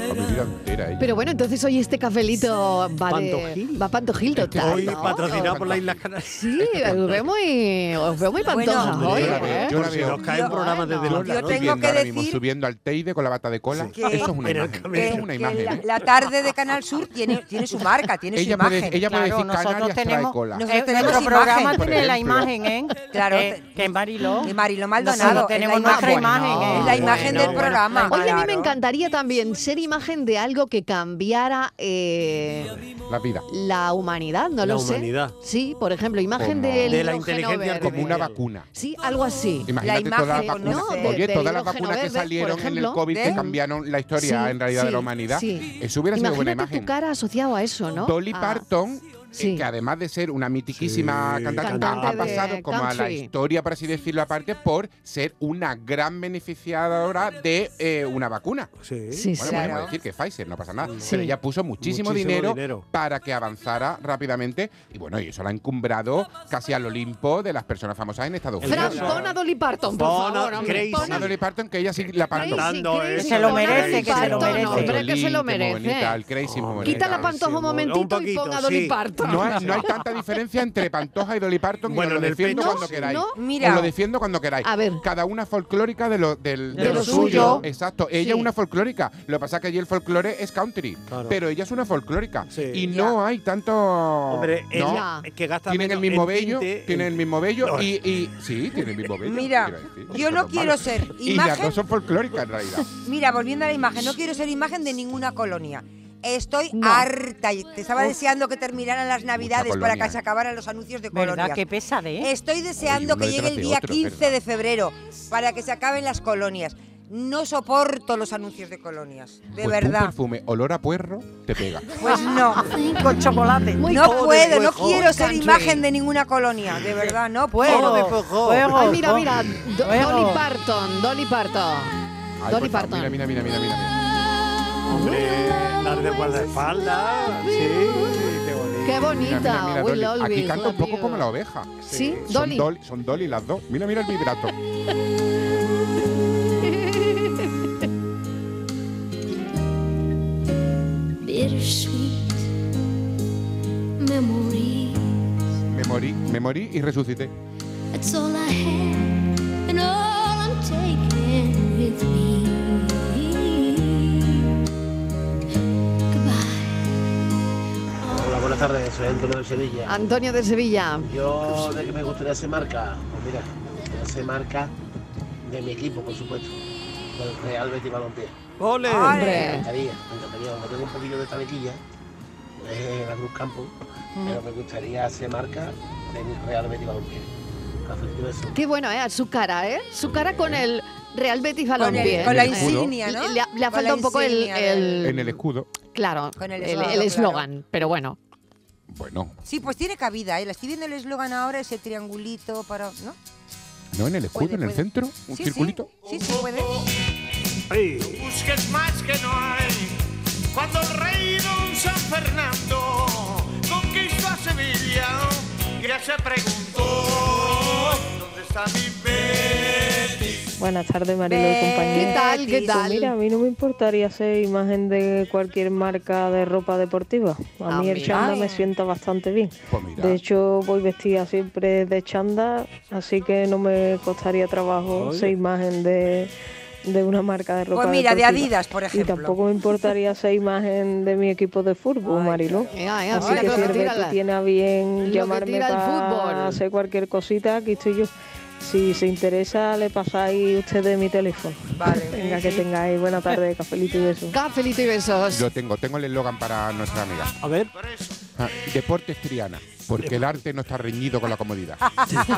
Speaker 1: Pero bueno, entonces hoy este cafelito va de...
Speaker 4: Pantojil.
Speaker 1: Va a Pantojil total,
Speaker 4: Hoy
Speaker 1: ¿no?
Speaker 4: patrocinado por las Islas Canarias.
Speaker 1: Sí, os veo muy, os veo muy pantojas
Speaker 4: Bueno,
Speaker 1: hoy,
Speaker 3: Yo la
Speaker 1: ¿eh?
Speaker 3: veo, yo la veo.
Speaker 4: nos cae un programa desde
Speaker 3: Yo
Speaker 4: Lola,
Speaker 3: la
Speaker 4: ¿no?
Speaker 3: estoy
Speaker 6: tengo
Speaker 3: viendo
Speaker 6: que
Speaker 3: ahora mismo
Speaker 6: decir
Speaker 3: subiendo al Teide con la bata de cola.
Speaker 6: Que-
Speaker 3: Eso es una
Speaker 4: Pero
Speaker 3: imagen.
Speaker 4: que-
Speaker 3: Eso es una
Speaker 6: Que
Speaker 3: imagen.
Speaker 6: la,
Speaker 3: ¿eh?
Speaker 6: la tarde de Canal Sur tiene, tiene su marca, tiene
Speaker 3: Ella
Speaker 6: su
Speaker 3: puede-
Speaker 6: imagen.
Speaker 3: ella puede
Speaker 5: Claro,
Speaker 3: decir
Speaker 5: nosotros
Speaker 3: Canarias
Speaker 5: tenemos,
Speaker 3: trae cola.
Speaker 5: eh,
Speaker 6: Nosotros tenemos
Speaker 5: nuestro
Speaker 6: imagen,
Speaker 5: programa
Speaker 3: por
Speaker 5: tiene la
Speaker 3: ejemplo.
Speaker 5: imagen, ¿eh?
Speaker 6: Claro,
Speaker 5: Eh, que en Mariló.
Speaker 6: De Mariló
Speaker 5: Nosotros
Speaker 6: Maldonado. es
Speaker 5: tenemos
Speaker 6: la
Speaker 5: nuestra
Speaker 6: imagen,
Speaker 5: imagen, ¿eh?
Speaker 6: es la imagen
Speaker 5: Bueno,
Speaker 6: del
Speaker 5: bueno,
Speaker 6: programa.
Speaker 5: la
Speaker 1: Oye, a mí me
Speaker 6: Claro.
Speaker 1: encantaría también ser imagen de algo que cambiara eh,
Speaker 3: La vida.
Speaker 1: la humanidad, no
Speaker 4: La
Speaker 1: lo sé.
Speaker 4: humanidad.
Speaker 1: Sí, por ejemplo, imagen
Speaker 3: Como-
Speaker 1: del
Speaker 4: De la
Speaker 1: hidrógeno
Speaker 4: inteligencia
Speaker 1: verde.
Speaker 3: Como una vacuna.
Speaker 1: Sí, algo así.
Speaker 3: Imagínate todas las
Speaker 6: imagen,
Speaker 3: vacunas.
Speaker 6: no sé,
Speaker 3: Oye,
Speaker 1: del
Speaker 3: todas las
Speaker 1: hidrógeno
Speaker 3: vacunas que
Speaker 1: verde, por
Speaker 3: salieron en el
Speaker 1: ejemplo,
Speaker 3: COVID
Speaker 6: de-
Speaker 3: que cambiaron la historia
Speaker 1: Sí,
Speaker 3: en realidad de
Speaker 1: sí,
Speaker 3: la humanidad.
Speaker 1: sí.
Speaker 3: Eso hubiera sido buena
Speaker 1: Imagínate
Speaker 3: imagen.
Speaker 1: tu cara asociado a eso, ¿no?
Speaker 3: Dolly
Speaker 1: A-
Speaker 3: Parton, eh,
Speaker 1: Ah, sí.
Speaker 3: que además de ser una mitiquísima
Speaker 4: Sí,
Speaker 3: cantante,
Speaker 1: Cantante
Speaker 3: ha
Speaker 1: de
Speaker 3: pasado como a la
Speaker 1: country.
Speaker 3: historia, por así decirlo, aparte, por ser una gran beneficiadora de eh, una vacuna.
Speaker 4: Sí.
Speaker 1: Sí,
Speaker 3: Bueno,
Speaker 1: sí.
Speaker 3: podemos decir que Pfizer, no pasa nada.
Speaker 1: Sí.
Speaker 3: Pero ella puso muchísimo,
Speaker 4: Muchísimo
Speaker 3: dinero,
Speaker 4: dinero.
Speaker 3: para que avanzara rápidamente. Y bueno, y eso la ha encumbrado casi al Olimpo de las personas famosas en Estados
Speaker 4: El
Speaker 3: Unidos.
Speaker 1: Fran,
Speaker 4: Claro.
Speaker 1: pon a Dolly Parton, por
Speaker 4: Pon a
Speaker 1: favor. hombre,
Speaker 4: Crazy.
Speaker 1: pon a
Speaker 3: Una Dolly Parton que ella sí la paró.
Speaker 1: Crazy,
Speaker 4: Dando
Speaker 1: crazy,
Speaker 4: eso.
Speaker 5: Que se lo
Speaker 1: pon a Dolly
Speaker 5: merece, que se lo
Speaker 1: Parton,
Speaker 5: merece.
Speaker 1: Hombre, que se lo
Speaker 3: Jolín, qué muy bonita,
Speaker 1: merece.
Speaker 3: el Crazy, muy
Speaker 4: Hombre,
Speaker 3: bonita.
Speaker 1: Quita la pantoja un
Speaker 4: Buenísimo. Un
Speaker 1: momentito y
Speaker 4: poquito,
Speaker 1: pon a Dolly
Speaker 4: sí.
Speaker 1: Parton.
Speaker 3: No hay, no
Speaker 6: (laughs)
Speaker 3: hay tanta diferencia entre Pantoja y Dolly Parton. y os
Speaker 4: Bueno,
Speaker 3: lo
Speaker 4: en el
Speaker 3: defiendo
Speaker 4: pecho
Speaker 3: cuando
Speaker 4: sí.
Speaker 3: queráis.
Speaker 1: No,
Speaker 6: mira.
Speaker 3: Os lo defiendo cuando queráis.
Speaker 1: A ver.
Speaker 3: Cada una folclórica de lo, del,
Speaker 5: De
Speaker 3: de
Speaker 5: lo
Speaker 3: lo
Speaker 5: suyo.
Speaker 3: suyo. Exacto. Ella es
Speaker 1: Sí.
Speaker 3: una folclórica. Lo que pasa es que allí el folclore es country.
Speaker 4: Claro.
Speaker 3: Pero ella es una folclórica.
Speaker 4: Sí.
Speaker 3: Y no hay tanto.
Speaker 4: Hombre, es
Speaker 3: no.
Speaker 1: la-
Speaker 4: es que gasta
Speaker 3: Tienen el
Speaker 4: menos
Speaker 3: mismo
Speaker 4: en
Speaker 3: vello,
Speaker 4: tinte,
Speaker 3: tienen el mismo vello
Speaker 4: No.
Speaker 3: y, y- sí, tienen el mismo vello.
Speaker 6: Mira,
Speaker 3: quiero decir,
Speaker 6: yo
Speaker 3: son
Speaker 6: no
Speaker 3: los
Speaker 6: quiero
Speaker 3: malos.
Speaker 6: ser
Speaker 3: Y las
Speaker 6: imagen-
Speaker 3: dos son folclóricas en realidad.
Speaker 6: Mira, volviendo a la imagen, no quiero ser imagen de ninguna colonia. Estoy
Speaker 1: No.
Speaker 6: harta. y Te estaba deseando que terminaran las navidades para
Speaker 3: colonia.
Speaker 6: que se acabaran los anuncios de
Speaker 5: ¿Verdad?
Speaker 6: colonias.
Speaker 5: Qué ¿eh? pesadez.
Speaker 6: Estoy deseando
Speaker 3: uno
Speaker 6: que llegue
Speaker 3: detrás
Speaker 6: el
Speaker 3: de
Speaker 6: día
Speaker 3: otro,
Speaker 6: 15
Speaker 3: ¿verdad?
Speaker 6: de febrero para que se acaben las colonias. No soporto los anuncios de colonias, de
Speaker 3: Pues un
Speaker 6: verdad.
Speaker 3: perfume olor a puerro te pega.
Speaker 5: (laughs)
Speaker 6: Pues no.
Speaker 5: Con chocolate.
Speaker 1: Muy
Speaker 6: No
Speaker 1: pobre,
Speaker 6: puedo, no
Speaker 1: pues,
Speaker 6: quiero ser
Speaker 1: country.
Speaker 6: imagen de ninguna colonia, de verdad, no puedo.
Speaker 4: de fojó.
Speaker 5: fuego,
Speaker 1: Ay, mira,
Speaker 5: fuego.
Speaker 1: mira, Do-
Speaker 5: Fuego.
Speaker 1: Dolly Parton, Dolly Parton.
Speaker 3: Ay,
Speaker 1: Dolly
Speaker 3: por favor,
Speaker 1: Parton.
Speaker 3: Mira, mira, mira, mira, mira.
Speaker 4: Hombre, las de guardaespaldas. Sí, qué bonito.
Speaker 1: Qué
Speaker 3: Mira,
Speaker 1: bonita,
Speaker 3: mira, mira,
Speaker 1: Will
Speaker 3: Dolly.
Speaker 1: Always
Speaker 3: Aquí canta un
Speaker 1: Love
Speaker 3: poco
Speaker 1: You.
Speaker 3: como la oveja.
Speaker 1: Sí,
Speaker 3: Son
Speaker 1: Dolly.
Speaker 3: Dolly, son Dolly las dos. Mira, mira el vibrato.
Speaker 8: (laughs) Bittersweet memories.
Speaker 3: Me morí, me morí y resucité.
Speaker 8: That's all I have and all I'm taking with me. Goodbye.
Speaker 12: Hola, buenas tardes, soy Antonio de Sevilla.
Speaker 1: Antonio de Sevilla.
Speaker 12: Yo de que me gustaría ser marca, pues mira, ser marca de mi equipo, por supuesto, del Real Betis Balompié.
Speaker 4: ¡Ole!
Speaker 12: Me
Speaker 1: Hombre.
Speaker 12: encantaría, me encantaría, aunque tengo un poquillo de talequilla, es la Cruz Campo, pero me gustaría ser marca del Real Betis Balompié. Cafelito y besos.
Speaker 1: Qué bueno, ¿eh? Su cara, ¿eh? Su cara con el Real Betis
Speaker 6: Con, el-
Speaker 1: Balompié.
Speaker 6: con la
Speaker 1: ¿eh?
Speaker 6: insignia, ¿no?
Speaker 1: Le- Le, ha- le ha
Speaker 6: Con la
Speaker 1: faltado un poco el,
Speaker 6: insignia del-
Speaker 1: el-
Speaker 3: En el escudo.
Speaker 1: Claro,
Speaker 6: Con el
Speaker 1: el
Speaker 6: eslogan,
Speaker 1: el
Speaker 6: claro.
Speaker 1: eslogan, pero bueno.
Speaker 3: Bueno,
Speaker 6: Sí, pues tiene cabida, ¿eh? La estoy viendo el eslogan ahora, ese triangulito para... ¿No?
Speaker 3: ¿no? En el escudo,
Speaker 6: Puede,
Speaker 3: en el
Speaker 6: puede.
Speaker 3: centro, un
Speaker 6: Sí, sí.
Speaker 3: circulito.
Speaker 6: Sí, sí, puede.
Speaker 13: No busques más que no hay. Cuando el rey don San Fernando conquistó a Sevilla, ya se preguntó dónde está mi Betis.
Speaker 14: Buenas tardes, Marilo y compañía.
Speaker 1: ¿Qué tal? ¿Qué
Speaker 14: Pues
Speaker 1: tal?
Speaker 14: mira, a mí no me importaría hacer imagen de cualquier marca de ropa deportiva. A
Speaker 1: Ah,
Speaker 14: mí el
Speaker 1: mira.
Speaker 14: chanda me sienta bastante bien. De hecho, voy vestida siempre de chanda, así que no me costaría trabajo
Speaker 6: Oye.
Speaker 14: hacer imagen de, de una marca de ropa
Speaker 6: Pues mira, de
Speaker 14: deportiva.
Speaker 6: Adidas, por
Speaker 14: Y
Speaker 6: ejemplo.
Speaker 14: tampoco me importaría hacer imagen de mi equipo de fútbol, Marilo.
Speaker 1: ea,
Speaker 14: así
Speaker 1: mira
Speaker 14: que
Speaker 1: lo
Speaker 14: si
Speaker 1: que
Speaker 14: el
Speaker 1: tira
Speaker 14: Betis
Speaker 1: la-
Speaker 14: tiene a
Speaker 1: lo
Speaker 14: bien
Speaker 1: que
Speaker 14: llamarme
Speaker 1: tira el
Speaker 14: para
Speaker 1: fútbol.
Speaker 14: hacer cualquier cosita, aquí estoy yo. Si se interesa, le pasáis ustedes mi teléfono.
Speaker 6: Vale.
Speaker 14: Venga, que tengáis buena tarde, cafelito y besos.
Speaker 1: Cafelito Ah, y besos.
Speaker 3: Yo tengo, tengo el eslogan para nuestra amiga. Ah,
Speaker 4: A ver.
Speaker 3: Deportes Triana, porque el arte no está reñido con la comodidad.
Speaker 4: Ah.
Speaker 3: Por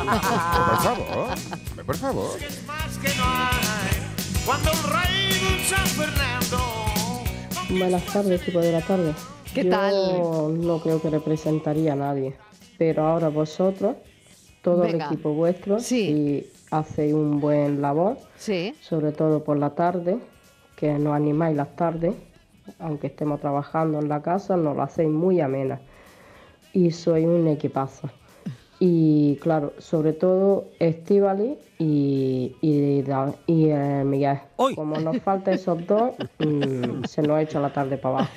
Speaker 3: favor, hombre, por favor.
Speaker 13: Más que no hay. Cuando el rey don San Fernando
Speaker 15: Buenas tardes, equipo de la tarde.
Speaker 1: ¿Qué
Speaker 15: Yo
Speaker 1: tal?
Speaker 15: No creo que representaría a nadie, pero ahora vosotros, todo
Speaker 1: Venga.
Speaker 15: el equipo vuestro, y hacéis un buen labor,
Speaker 1: Sí.
Speaker 15: sobre todo por la tarde, que nos animáis las tardes, aunque estemos trabajando en la casa, nos lo hacéis muy amena. Y soy un equipazo. Y claro, sobre todo Estivali y, y, Da- y, eh, Miguel. Como nos falta esos dos, mm, se nos echa la tarde para abajo.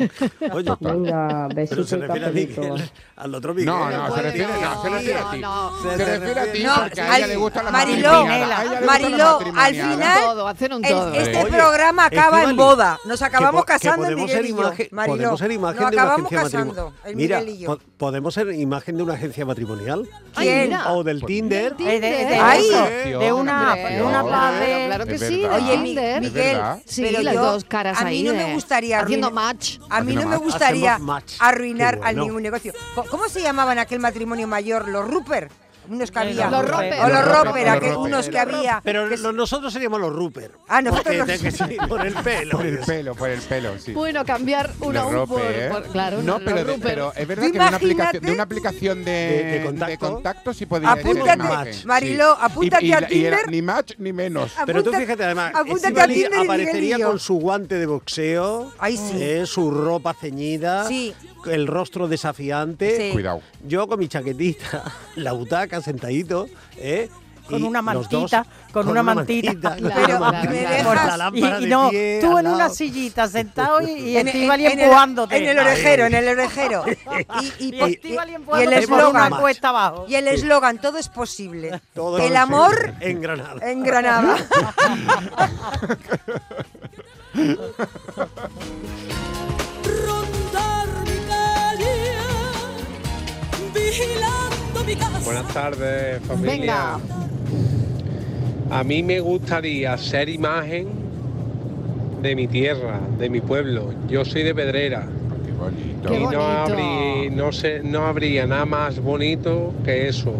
Speaker 15: Venga,
Speaker 4: Pero
Speaker 15: besitos
Speaker 4: se
Speaker 15: y
Speaker 4: refiere a
Speaker 15: cafelitos.
Speaker 4: Miguel, al otro Miguel.
Speaker 3: No, no, se refiere, no, se refiere a ti.
Speaker 4: Se
Speaker 3: Se
Speaker 4: te
Speaker 3: refiere a ti
Speaker 4: refiere-
Speaker 3: porque a ella
Speaker 4: al-
Speaker 3: le gusta la
Speaker 6: Mariló,
Speaker 3: matrimoniada. A ella le gusta la
Speaker 6: Mariló, al
Speaker 3: matrimoniada.
Speaker 6: final
Speaker 1: todo, hacer un
Speaker 6: el-
Speaker 1: todo.
Speaker 6: este
Speaker 4: Oye,
Speaker 6: programa acaba en
Speaker 4: Estíbaliz,
Speaker 6: boda. Nos acabamos
Speaker 4: po- que
Speaker 6: casando en
Speaker 4: podemos ser
Speaker 6: Miguel y yo.
Speaker 4: imagen-
Speaker 6: Mariló,
Speaker 4: Podemos ser imagen
Speaker 6: nos
Speaker 4: de una
Speaker 6: acabamos
Speaker 4: agencia
Speaker 6: casando,
Speaker 4: matrimonial.
Speaker 6: el
Speaker 4: Mira,
Speaker 6: Miguel y yo.
Speaker 4: po- podemos ser imagen de una agencia matrimonial.
Speaker 6: Ay, ¿Quién? mira.
Speaker 4: O del Tinder.
Speaker 5: de- de- de-
Speaker 4: Ay.
Speaker 5: eso, de una,
Speaker 4: Hombre,
Speaker 5: de una
Speaker 4: hombre,
Speaker 5: paz de-
Speaker 1: Claro que
Speaker 4: Es
Speaker 1: sí,
Speaker 4: verdad.
Speaker 1: de
Speaker 4: Oye,
Speaker 1: Tinder.
Speaker 4: Mi- Miguel, Es verdad.
Speaker 1: Sí,
Speaker 6: pero
Speaker 1: las
Speaker 6: yo-
Speaker 1: dos caras
Speaker 6: a mí
Speaker 1: ahí.
Speaker 6: no me
Speaker 1: de-
Speaker 6: gustaría
Speaker 1: Haciendo
Speaker 6: arruinar-
Speaker 1: match.
Speaker 6: A mí no me
Speaker 4: match.
Speaker 6: gustaría
Speaker 4: Hacemos match.
Speaker 6: arruinar
Speaker 4: Qué
Speaker 6: a
Speaker 4: bueno.
Speaker 6: ningún negocio. Co- ¿Cómo se llamaban aquel matrimonio mayor? Los Ruper. Unos que había.
Speaker 4: Los Roper.
Speaker 6: O los
Speaker 4: Los
Speaker 6: Roper,
Speaker 4: Roper,
Speaker 6: aquel-
Speaker 4: los
Speaker 6: unos que había.
Speaker 4: Pero lo- nosotros seríamos los Rupert.
Speaker 6: Ah, nosotros
Speaker 4: Porque
Speaker 6: los-
Speaker 4: tiene que ser (laughs) Por el pelo.
Speaker 3: Por el pelo, por el pelo, sí.
Speaker 1: Bueno, cambiar una
Speaker 3: Los
Speaker 1: U
Speaker 3: Rope,
Speaker 1: por,
Speaker 3: ¿eh?
Speaker 1: por- Claro,
Speaker 3: no,
Speaker 1: los
Speaker 3: pero, de-
Speaker 1: Roper.
Speaker 3: pero es verdad que de una, aplicación, de una aplicación de,
Speaker 4: De- de contacto.
Speaker 3: sí podría
Speaker 4: Apúntate,
Speaker 3: ser imagen, sí.
Speaker 4: Mariló,
Speaker 3: Y-
Speaker 4: apúntate
Speaker 3: y
Speaker 4: a
Speaker 3: la- y era
Speaker 4: Tinder.
Speaker 3: ni match ni menos.
Speaker 4: Pero tú fíjate, además,
Speaker 6: apúntate a
Speaker 4: Estíbaliz
Speaker 6: Tinder y Miguel
Speaker 4: aparecería
Speaker 6: y yo.
Speaker 4: con su guante de boxeo,
Speaker 6: sí.
Speaker 4: eh, su ropa ceñida,
Speaker 6: Sí.
Speaker 4: el rostro desafiante.
Speaker 6: Sí. Cuidado.
Speaker 4: Yo con mi chaquetita, (laughs) la butaca, sentadito, ¿eh?
Speaker 5: Con
Speaker 4: y
Speaker 5: una
Speaker 4: los
Speaker 5: mantita,
Speaker 4: dos
Speaker 5: con una mantita,
Speaker 4: mantita,
Speaker 5: claro,
Speaker 4: con una
Speaker 5: claro,
Speaker 4: mantita,
Speaker 5: claro.
Speaker 4: con la
Speaker 5: Corta. Y-
Speaker 4: lámpara
Speaker 5: y
Speaker 4: de
Speaker 5: no,
Speaker 4: pie
Speaker 5: tú
Speaker 4: al
Speaker 5: en una
Speaker 4: lado.
Speaker 5: sillita sentado y, y
Speaker 6: En-
Speaker 5: Estíbaliz
Speaker 6: en- en el-
Speaker 5: empujándote.
Speaker 6: En el orejero, en el orejero. (laughs) Y, y-
Speaker 5: Y Estíbaliz
Speaker 6: y- y el
Speaker 5: empujándote por una
Speaker 6: eslogan.
Speaker 5: cuesta abajo.
Speaker 6: Y el eslogan, todo es (laughs) posible.
Speaker 4: Todo
Speaker 6: el
Speaker 4: en-
Speaker 6: amor
Speaker 4: en Granada.
Speaker 6: (laughs) en Granada.
Speaker 8: Rondar mi calle, vigilando mi casa.
Speaker 16: Buenas tardes, familia.
Speaker 8: Venga.
Speaker 16: A mí me gustaría ser imagen de mi tierra, de mi pueblo. Yo soy de Pedrera.
Speaker 3: Qué
Speaker 16: Y
Speaker 3: bonito.
Speaker 16: no, habrí- no, sé, no habría nada más bonito que eso.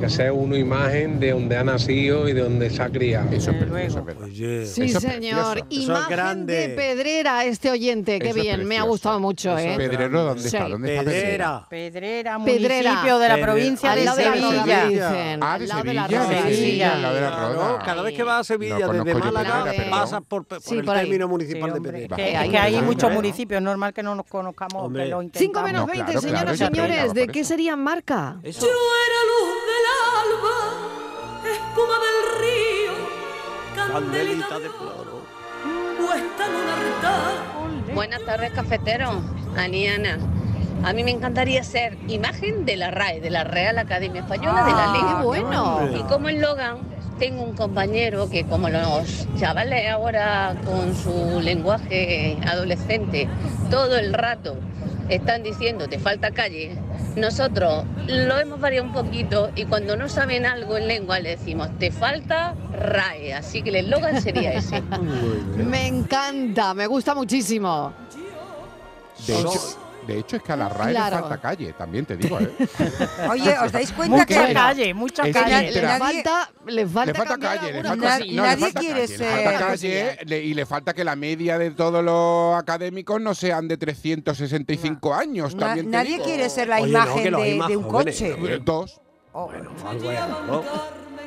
Speaker 16: Que sea una imagen de donde ha nacido y de donde se ha criado. Eso es
Speaker 4: Oye.
Speaker 1: Sí, señor. Imagen de Pedrera, este oyente. Qué
Speaker 16: Eso es
Speaker 1: bien, me ha
Speaker 16: precioso.
Speaker 1: gustado mucho.
Speaker 16: Eso
Speaker 1: ¿eh?
Speaker 16: es Pedrero, ¿dónde está? ¿Dónde está Pedrera?
Speaker 5: Pedrera,
Speaker 1: Pedrera.
Speaker 5: municipio de la
Speaker 1: Pedrera.
Speaker 5: provincia
Speaker 1: Al
Speaker 5: de
Speaker 1: lado de la
Speaker 5: Sevilla.
Speaker 1: Roda, dicen.
Speaker 3: Ah, de
Speaker 1: Al lado de
Speaker 3: Sevilla,
Speaker 1: la
Speaker 3: de
Speaker 1: Roda.
Speaker 3: Sevilla, al lado de la
Speaker 4: Claro,
Speaker 3: Roda.
Speaker 4: cada vez que vas a Sevilla
Speaker 3: No
Speaker 4: desde
Speaker 3: conozco yo
Speaker 4: Málaga
Speaker 3: Pedrera, pero-
Speaker 4: pasas por, por
Speaker 1: Sí,
Speaker 4: el
Speaker 1: por ahí.
Speaker 4: término municipal
Speaker 5: Sí,
Speaker 4: de
Speaker 5: hombre,
Speaker 4: Pedrera.
Speaker 5: que- es que hay muchos municipios, es normal que no nos conozcamos, que lo
Speaker 1: Cinco
Speaker 5: intentamos. No,
Speaker 1: menos 20,
Speaker 5: claro,
Speaker 1: señoras
Speaker 5: claro,
Speaker 1: y
Speaker 5: yo preguntaba
Speaker 1: señores.
Speaker 5: por
Speaker 1: ¿De qué sería marca?
Speaker 8: Yo era luz del alba, espuma del río, candelita
Speaker 4: Candelita de ploro.
Speaker 8: puesta en un altar.
Speaker 17: Buenas tardes, cafetero. Aniana. A mí me encantaría ser imagen de la RAE, de la Real Academia Española de la
Speaker 1: Ah,
Speaker 17: Ley.
Speaker 1: qué bueno.
Speaker 17: Y como eslogan, tengo un compañero que como los chavales ahora con su lenguaje adolescente, todo el rato están diciendo te falta calle, nosotros lo hemos variado un poquito y cuando no saben algo en lengua le decimos te falta RAE. Así que el eslogan sería ese.
Speaker 1: Me encanta, me gusta muchísimo.
Speaker 3: De hecho, De hecho, es que a la RAE
Speaker 6: Claro.
Speaker 3: le falta calle, también te digo, ¿eh?
Speaker 6: Oye,
Speaker 3: (laughs)
Speaker 6: ¿os dais cuenta
Speaker 3: Mucha
Speaker 6: que
Speaker 3: calle, Calle, mucha que calle. nadie-
Speaker 6: Le
Speaker 3: nadie-
Speaker 1: falta, le falta,
Speaker 3: Le falta
Speaker 1: cambiar
Speaker 3: calle, le
Speaker 1: alguna
Speaker 3: falta,
Speaker 1: cosa.
Speaker 3: sí, no, le falta calle, le falta
Speaker 6: eh.
Speaker 3: calle le- y le falta que la media de todos los académicos no sean de 365 años.
Speaker 6: Na-
Speaker 3: también te
Speaker 6: nadie
Speaker 3: digo.
Speaker 6: quiere ser la Oye, no, imagen que los de- hay más de un jóvenes. coche.
Speaker 3: Eh, Dos.
Speaker 6: Bueno,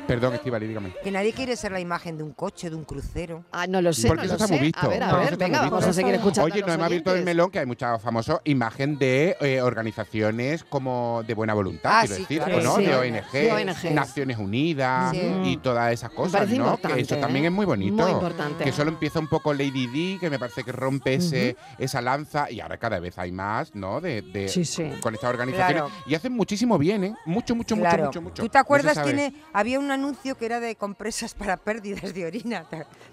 Speaker 3: Perdón, Estivali, dígame.
Speaker 6: Oh. Que nadie quiere ser la imagen de un coche, de un crucero.
Speaker 1: Ah, no lo sé,
Speaker 3: Porque eso está muy visto.
Speaker 1: A ver, a
Speaker 3: Porque
Speaker 1: ver,
Speaker 3: eso está
Speaker 1: venga,
Speaker 3: muy visto.
Speaker 1: vamos a seguir escuchando.
Speaker 3: Oye,
Speaker 1: a
Speaker 3: no
Speaker 1: los
Speaker 3: hemos abierto el
Speaker 1: oyentes.
Speaker 3: melón, que hay mucha famosa imagen de eh, organizaciones como de buena voluntad,
Speaker 1: Ah,
Speaker 3: quiero
Speaker 1: sí,
Speaker 3: decir,
Speaker 1: claro.
Speaker 3: ¿no?
Speaker 1: Sí.
Speaker 3: de
Speaker 1: De
Speaker 3: ONG,
Speaker 1: ONGs.
Speaker 3: Naciones Unidas
Speaker 1: Sí.
Speaker 3: y todas esas cosas,
Speaker 1: parece
Speaker 3: ¿no?
Speaker 1: importante,
Speaker 3: Que eso
Speaker 1: ¿eh?
Speaker 3: también es muy bonito.
Speaker 1: Muy importante.
Speaker 3: Que solo empieza un poco Lady D, que me parece que rompe ese, esa lanza y ahora cada vez hay más, ¿no? De, de-
Speaker 1: Sí, sí.
Speaker 3: Con estas organizaciones.
Speaker 6: Claro.
Speaker 3: Y hacen muchísimo bien, ¿eh? Mucho, mucho,
Speaker 6: Claro.
Speaker 3: mucho, mucho, mucho.
Speaker 6: ¿Tú
Speaker 3: No se
Speaker 6: te acuerdas?
Speaker 3: sabe.
Speaker 6: Tiene, había un anuncio que era de compresas para pérdidas de orina.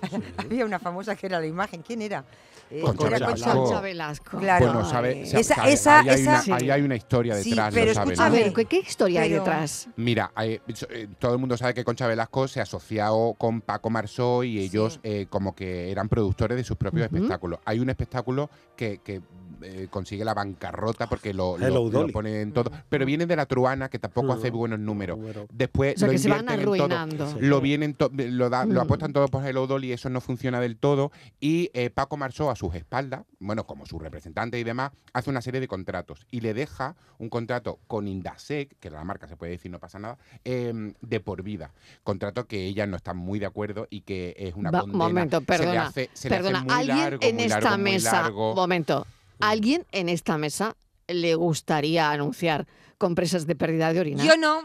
Speaker 6: (laughs) había una famosa que era la imagen. ¿Quién era? Eh,
Speaker 3: Concha
Speaker 6: era
Speaker 3: Velasco. Concha
Speaker 1: Velasco.
Speaker 6: Claro.
Speaker 3: Bueno, sabe, se-
Speaker 6: Esa-
Speaker 3: sabe,
Speaker 6: esa-
Speaker 3: ahí, hay
Speaker 6: esa-
Speaker 3: una,
Speaker 6: Sí.
Speaker 3: ahí hay una historia
Speaker 6: Sí,
Speaker 3: detrás,
Speaker 6: pero
Speaker 3: lo saben.
Speaker 1: A
Speaker 3: ¿no?
Speaker 1: ver, ¿qué, qué historia hay
Speaker 6: Pero-
Speaker 1: detrás?
Speaker 3: Mira, eh, so- eh, todo el mundo sabe que Concha Velasco se asoció con Paco Marsó y ellos eh, como que eran productores de sus propios
Speaker 18: Ujú.
Speaker 3: espectáculos. Hay un espectáculo que, que, eh, consigue la bancarrota porque lo, lo,
Speaker 18: Hello,
Speaker 3: lo
Speaker 18: Dolly.
Speaker 3: ponen todo. Pero viene de la truana que tampoco hace buenos números. Después
Speaker 1: O sea,
Speaker 3: lo
Speaker 1: que se van
Speaker 3: invierten en todo.
Speaker 1: arruinando.
Speaker 3: Lo vienen to- lo, da- lo
Speaker 1: Mm.
Speaker 3: apuestan todo por Hello Dolly, eso no funciona del todo. Y eh, Paco Marsó a sus espaldas, bueno, como su representante y demás, hace una serie de contratos y le deja un contrato con Indasec, que la marca se puede decir, no pasa nada, eh, de por vida. Contrato que ella no está muy de acuerdo y que es una
Speaker 1: Va-
Speaker 3: condena.
Speaker 1: momento,
Speaker 3: Se le
Speaker 1: perdona.
Speaker 3: hace, se le hace
Speaker 1: perdona,
Speaker 3: muy
Speaker 1: alguien
Speaker 3: largo,
Speaker 1: en
Speaker 3: muy
Speaker 1: esta
Speaker 3: largo, muy
Speaker 1: mesa,
Speaker 3: largo.
Speaker 1: momento, alguien en esta mesa le gustaría anunciar compresas de pérdida de orina.
Speaker 6: Yo no.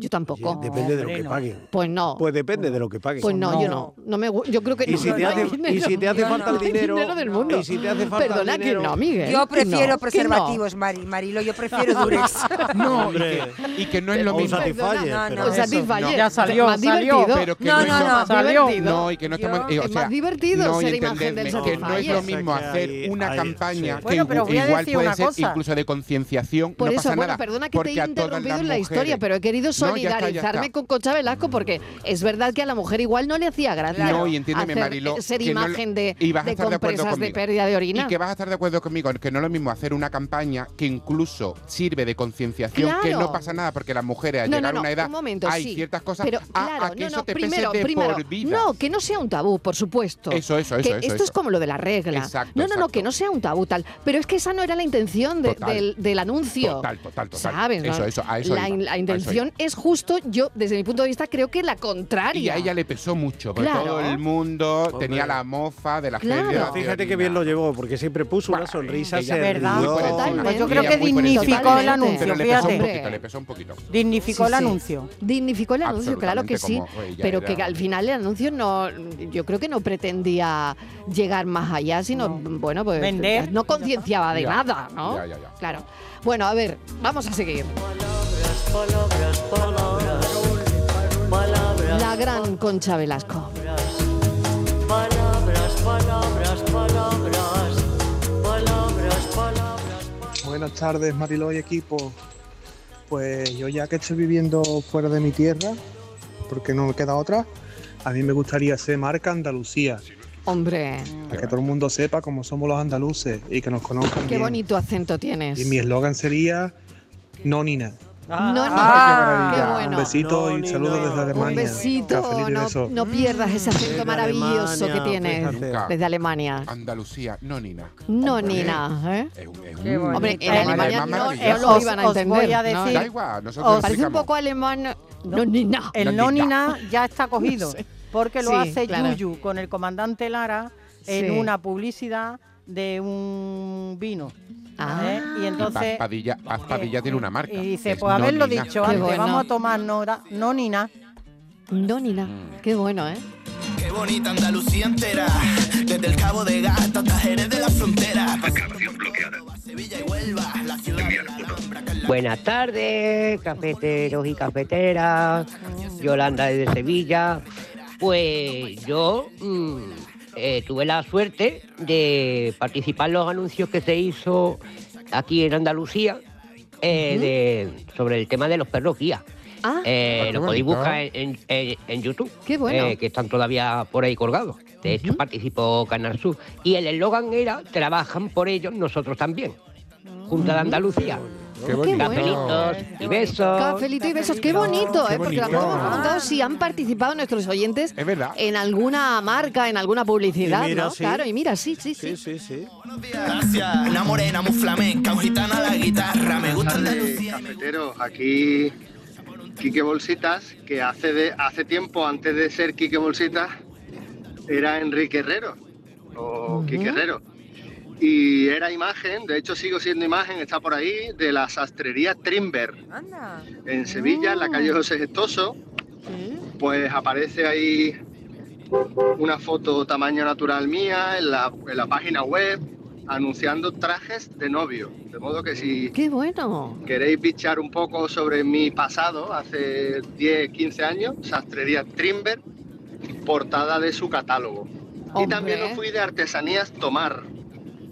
Speaker 1: Yo tampoco.
Speaker 4: Depende de lo que paguen.
Speaker 1: Pues no.
Speaker 4: Pues depende de lo que paguen.
Speaker 1: Pues no, yo no. No me, gu- yo creo que
Speaker 4: Y
Speaker 1: no.
Speaker 4: si te
Speaker 1: no
Speaker 4: hace-
Speaker 1: hay
Speaker 4: y
Speaker 1: (laughs) dinero.
Speaker 4: si te hace
Speaker 1: Yo
Speaker 4: falta
Speaker 1: no.
Speaker 4: el dinero-
Speaker 1: No hay del mundo.
Speaker 4: y si te hace falta el
Speaker 1: Perdona
Speaker 4: dinero-
Speaker 1: que no, Miguel.
Speaker 6: Yo
Speaker 1: que no,
Speaker 6: prefiero
Speaker 1: que no.
Speaker 6: preservativos, Mari, Marilo. Yo
Speaker 1: (laughs)
Speaker 6: prefiero Durex.
Speaker 3: No, y que, y que no es lo
Speaker 4: O un
Speaker 3: mismo.
Speaker 4: Satisfyer, No, no, pero
Speaker 1: o eso- Satisfyer. Ya salió,
Speaker 3: Más
Speaker 1: salió.
Speaker 3: divertido. Pero que
Speaker 1: No,
Speaker 3: es
Speaker 1: no,
Speaker 3: lo-
Speaker 1: no, salió.
Speaker 3: No, y que no estamos. eh, o
Speaker 1: Es
Speaker 3: sea,
Speaker 1: más divertido
Speaker 3: no, y
Speaker 1: ser imagen del
Speaker 3: entenderme, Que no es
Speaker 1: Satisfyer.
Speaker 3: lo mismo
Speaker 1: O sea, que
Speaker 3: hacer
Speaker 1: ahí-
Speaker 3: una
Speaker 1: ahí,
Speaker 3: campaña
Speaker 1: sí.
Speaker 3: que
Speaker 1: Bueno, pero
Speaker 3: igu-
Speaker 1: voy a
Speaker 3: igual
Speaker 1: decir
Speaker 3: puede
Speaker 1: una
Speaker 3: ser
Speaker 1: cosa.
Speaker 3: incluso de concienciación.
Speaker 1: Por
Speaker 3: no
Speaker 1: eso,
Speaker 3: pasa
Speaker 1: bueno,
Speaker 3: nada,
Speaker 1: perdona que te he
Speaker 3: porque a todas
Speaker 1: interrumpido
Speaker 3: las
Speaker 1: en la historia,
Speaker 3: mujeres-
Speaker 1: pero he querido
Speaker 3: No, ya está, ya
Speaker 1: solidarizarme
Speaker 3: está.
Speaker 1: con Concha Velasco porque es verdad que a la mujer igual no le hacía gracia
Speaker 3: No, y entiéndeme,
Speaker 1: hacer-
Speaker 3: Mariló,
Speaker 1: ser
Speaker 3: que no lo-
Speaker 1: imagen de,
Speaker 3: y vas a
Speaker 1: de
Speaker 3: estar de acuerdo
Speaker 1: compresas de,
Speaker 3: conmigo.
Speaker 1: pérdida de orina.
Speaker 3: Y que vas a estar de acuerdo conmigo, que no es lo mismo hacer una campaña que incluso sirve de concienciación, que
Speaker 1: Claro.
Speaker 3: no pasa nada, porque las mujeres al
Speaker 1: No, no,
Speaker 3: llegar
Speaker 1: no,
Speaker 3: a una edad
Speaker 1: un momento,
Speaker 3: hay
Speaker 1: sí.
Speaker 3: ciertas cosas
Speaker 1: Pero,
Speaker 3: a, a
Speaker 1: claro,
Speaker 3: que
Speaker 1: no,
Speaker 3: eso
Speaker 1: no,
Speaker 3: te
Speaker 1: primero,
Speaker 3: pese de
Speaker 1: primero,
Speaker 3: por vida.
Speaker 1: No, que no sea un tabú, por supuesto.
Speaker 3: Eso, eso, eso,
Speaker 1: Que
Speaker 3: eso,
Speaker 1: esto
Speaker 3: eso.
Speaker 1: es como lo de la regla.
Speaker 3: Exacto,
Speaker 1: no, no, no,
Speaker 3: exacto.
Speaker 1: que no sea un tabú tal. Pero es que esa no era la intención de-
Speaker 3: Total.
Speaker 1: del, del anuncio.
Speaker 3: Total, total, total.
Speaker 1: ¿Sabes? no?
Speaker 3: Eso, eso, a eso iba,
Speaker 1: la, in-
Speaker 3: a
Speaker 1: la
Speaker 3: eso
Speaker 1: intención
Speaker 3: iba.
Speaker 1: es justo, yo desde mi punto de vista creo que la contraria.
Speaker 3: Y a ella le pesó mucho, porque
Speaker 1: Claro.
Speaker 3: todo el mundo tenía la mofa de la
Speaker 1: Claro.
Speaker 3: gente.
Speaker 4: Fíjate que bien lo llevó, porque siempre puso una sonrisa.
Speaker 3: ella
Speaker 4: se
Speaker 3: ¿Verdad? Muy
Speaker 4: rió.
Speaker 3: por encima. Totalmente.
Speaker 5: Pues yo creo que dignificó el anuncio,
Speaker 3: Pero le pesó un
Speaker 5: fíjate.
Speaker 3: poquito, le pesó un poquito.
Speaker 5: Dignificó
Speaker 1: Sí,
Speaker 5: el
Speaker 1: sí.
Speaker 5: anuncio.
Speaker 1: Dignificó el anuncio, claro que sí.
Speaker 3: Absolutamente, como, oye, ya
Speaker 1: Pero
Speaker 3: era-
Speaker 1: que al final el anuncio no, yo creo que no pretendía llegar más allá, sino, bueno, pues
Speaker 5: Vender.
Speaker 1: no concienciaba de
Speaker 5: Ya.
Speaker 1: nada, ¿no?
Speaker 5: Ya, ya, ya.
Speaker 1: Claro. Bueno, a ver, vamos a seguir.
Speaker 19: Palabras, palabras, palabras,
Speaker 1: La gran Concha Velasco.
Speaker 19: palabras, palabras, palabras, palabras, palabras.
Speaker 20: Buenas tardes, Mariló y equipo. Pues yo ya que estoy viviendo fuera de mi tierra, porque no me queda otra, a mí me gustaría ser marca Andalucía.
Speaker 1: Hombre,
Speaker 20: Para que todo el mundo sepa cómo somos los andaluces y que nos conozcan
Speaker 1: qué
Speaker 20: bien.
Speaker 1: bonito acento tienes.
Speaker 20: Y mi eslogan sería No Nina.
Speaker 1: No, no,
Speaker 20: Ah,
Speaker 1: qué bueno.
Speaker 20: Un besito y saludos desde Alemania.
Speaker 1: Un besito,
Speaker 20: Cafelito y
Speaker 1: no,
Speaker 20: besos.
Speaker 1: no pierdas ese acento maravilloso
Speaker 20: pues,
Speaker 3: Alemania,
Speaker 1: que tienes
Speaker 3: fíjate.
Speaker 1: desde Alemania.
Speaker 3: Andalucía, no Nina.
Speaker 1: No,
Speaker 3: Hombre,
Speaker 1: Nina, ¿eh?
Speaker 3: Qué bonito.
Speaker 1: Hombre, en
Speaker 3: Alemán,
Speaker 1: Alemania
Speaker 3: alemán
Speaker 1: no,
Speaker 3: maravilloso.
Speaker 1: no lo
Speaker 3: Os-
Speaker 1: iban a
Speaker 3: os voy
Speaker 1: entender.
Speaker 3: a decir-
Speaker 1: ¿no?
Speaker 3: Da igual, nosotros os-
Speaker 1: Parece un poco alemán. No, Nina.
Speaker 5: El
Speaker 1: No,
Speaker 5: no ni
Speaker 1: Nina.
Speaker 5: na ya
Speaker 1: (laughs)
Speaker 5: está cogido. Porque lo
Speaker 1: Sí,
Speaker 5: hace
Speaker 1: claro.
Speaker 5: Yuyu con el comandante Lara en
Speaker 1: Sí.
Speaker 5: una publicidad de un vino.
Speaker 1: Ah.
Speaker 5: ¿eh? Y
Speaker 3: Paz
Speaker 5: entonces.
Speaker 3: Padilla, Paz Padilla tiene una
Speaker 4: Eh,
Speaker 3: marca.
Speaker 5: Y dice,
Speaker 3: es
Speaker 5: pues haberlo
Speaker 3: Nonina.
Speaker 5: dicho
Speaker 1: Qué
Speaker 5: antes,
Speaker 1: bueno.
Speaker 5: vamos a tomar nota, no ni na.
Speaker 1: No, Nina.
Speaker 2: Mm.
Speaker 1: Qué bueno, ¿eh?
Speaker 21: Qué bonita Andalucía entera, desde el Cabo de Gata hasta Jerez de la Frontera.
Speaker 22: Buenas tardes, cafeteros y cafeteras. Yolanda desde Sevilla. Pues yo mm, eh, tuve la suerte de participar en los anuncios que se hizo aquí en Andalucía eh, de- sobre el tema de los perros guía.
Speaker 1: Ah.
Speaker 22: Eh,
Speaker 1: Ah, qué
Speaker 22: lo podéis
Speaker 1: bonito.
Speaker 22: buscar en, en- en- en YouTube,
Speaker 1: Qué bueno.
Speaker 22: eh, que están todavía por ahí colgados. De hecho, participó Canal Sur. Y el eslogan era, trabajan por ellos, nosotros también. Junta de Andalucía.
Speaker 1: Qué bonito.
Speaker 22: Capelitos y besos.
Speaker 1: Cafelito y besos, qué bonito,
Speaker 22: Qué
Speaker 1: ¿eh? porque
Speaker 22: bonito.
Speaker 1: tampoco hemos preguntado si han participado nuestros oyentes
Speaker 3: Es verdad.
Speaker 1: en alguna marca, en alguna publicidad,
Speaker 3: Y mira,
Speaker 1: ¿no?
Speaker 3: sí.
Speaker 1: Claro, y mira, sí, sí, sí.
Speaker 4: Sí, sí.
Speaker 21: Gracias, una morena muy flamenca, un gitano a la guitarra, me gusta Andalucía.
Speaker 2: Cafetero, aquí Quique Bolsitas, que hace, de, hace tiempo, antes de ser Quique Bolsitas, era Enrique Herrero, o Quique Herrero. Y era imagen, de hecho sigo siendo imagen, está por ahí, de la sastrería Trimber,
Speaker 6: Anda.
Speaker 2: en Sevilla, en la
Speaker 5: Ah.
Speaker 2: calle José Gestoso. Pues aparece ahí una foto tamaño natural mía en la, en la página web anunciando trajes de novio. De modo que si
Speaker 1: Qué bueno.
Speaker 2: queréis bichar un poco sobre mi pasado, hace 10, 15 años, Sastrería Trimber, portada de su catálogo. Y también
Speaker 1: Hombre.
Speaker 2: lo fui de Artesanías Tomar,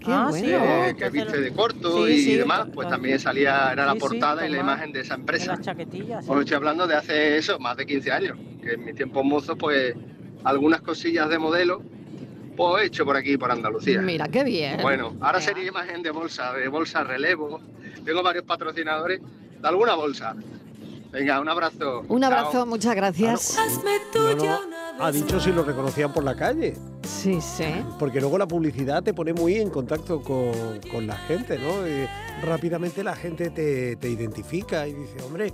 Speaker 1: Ah, sí,
Speaker 2: eh,
Speaker 1: oh,
Speaker 2: que viste de corto
Speaker 5: Sí,
Speaker 2: y
Speaker 5: sí,
Speaker 2: demás, pues también salía, era la
Speaker 5: Sí, sí,
Speaker 2: portada y la
Speaker 5: Tomar.
Speaker 2: imagen de esa empresa.
Speaker 5: Las chaquetillas.
Speaker 2: Os estoy hablando de hace eso, más de 15 años, que en mi tiempo mozo, pues algunas cosillas de modelo, pues he hecho por aquí, por Andalucía.
Speaker 1: Mira, qué bien.
Speaker 2: Bueno, ahora sería imagen de bolsa, de bolsa relevo. Tengo varios patrocinadores de alguna bolsa. Venga, un abrazo.
Speaker 1: Un abrazo,
Speaker 2: Chao.
Speaker 1: muchas
Speaker 3: Ah,
Speaker 1: gracias.
Speaker 4: No, no, ha dicho si lo reconocían por la calle.
Speaker 1: Sí, sí.
Speaker 4: Porque luego la publicidad te pone muy en contacto con, con la gente, ¿no? Eh, rápidamente la gente te, te identifica y dice, hombre,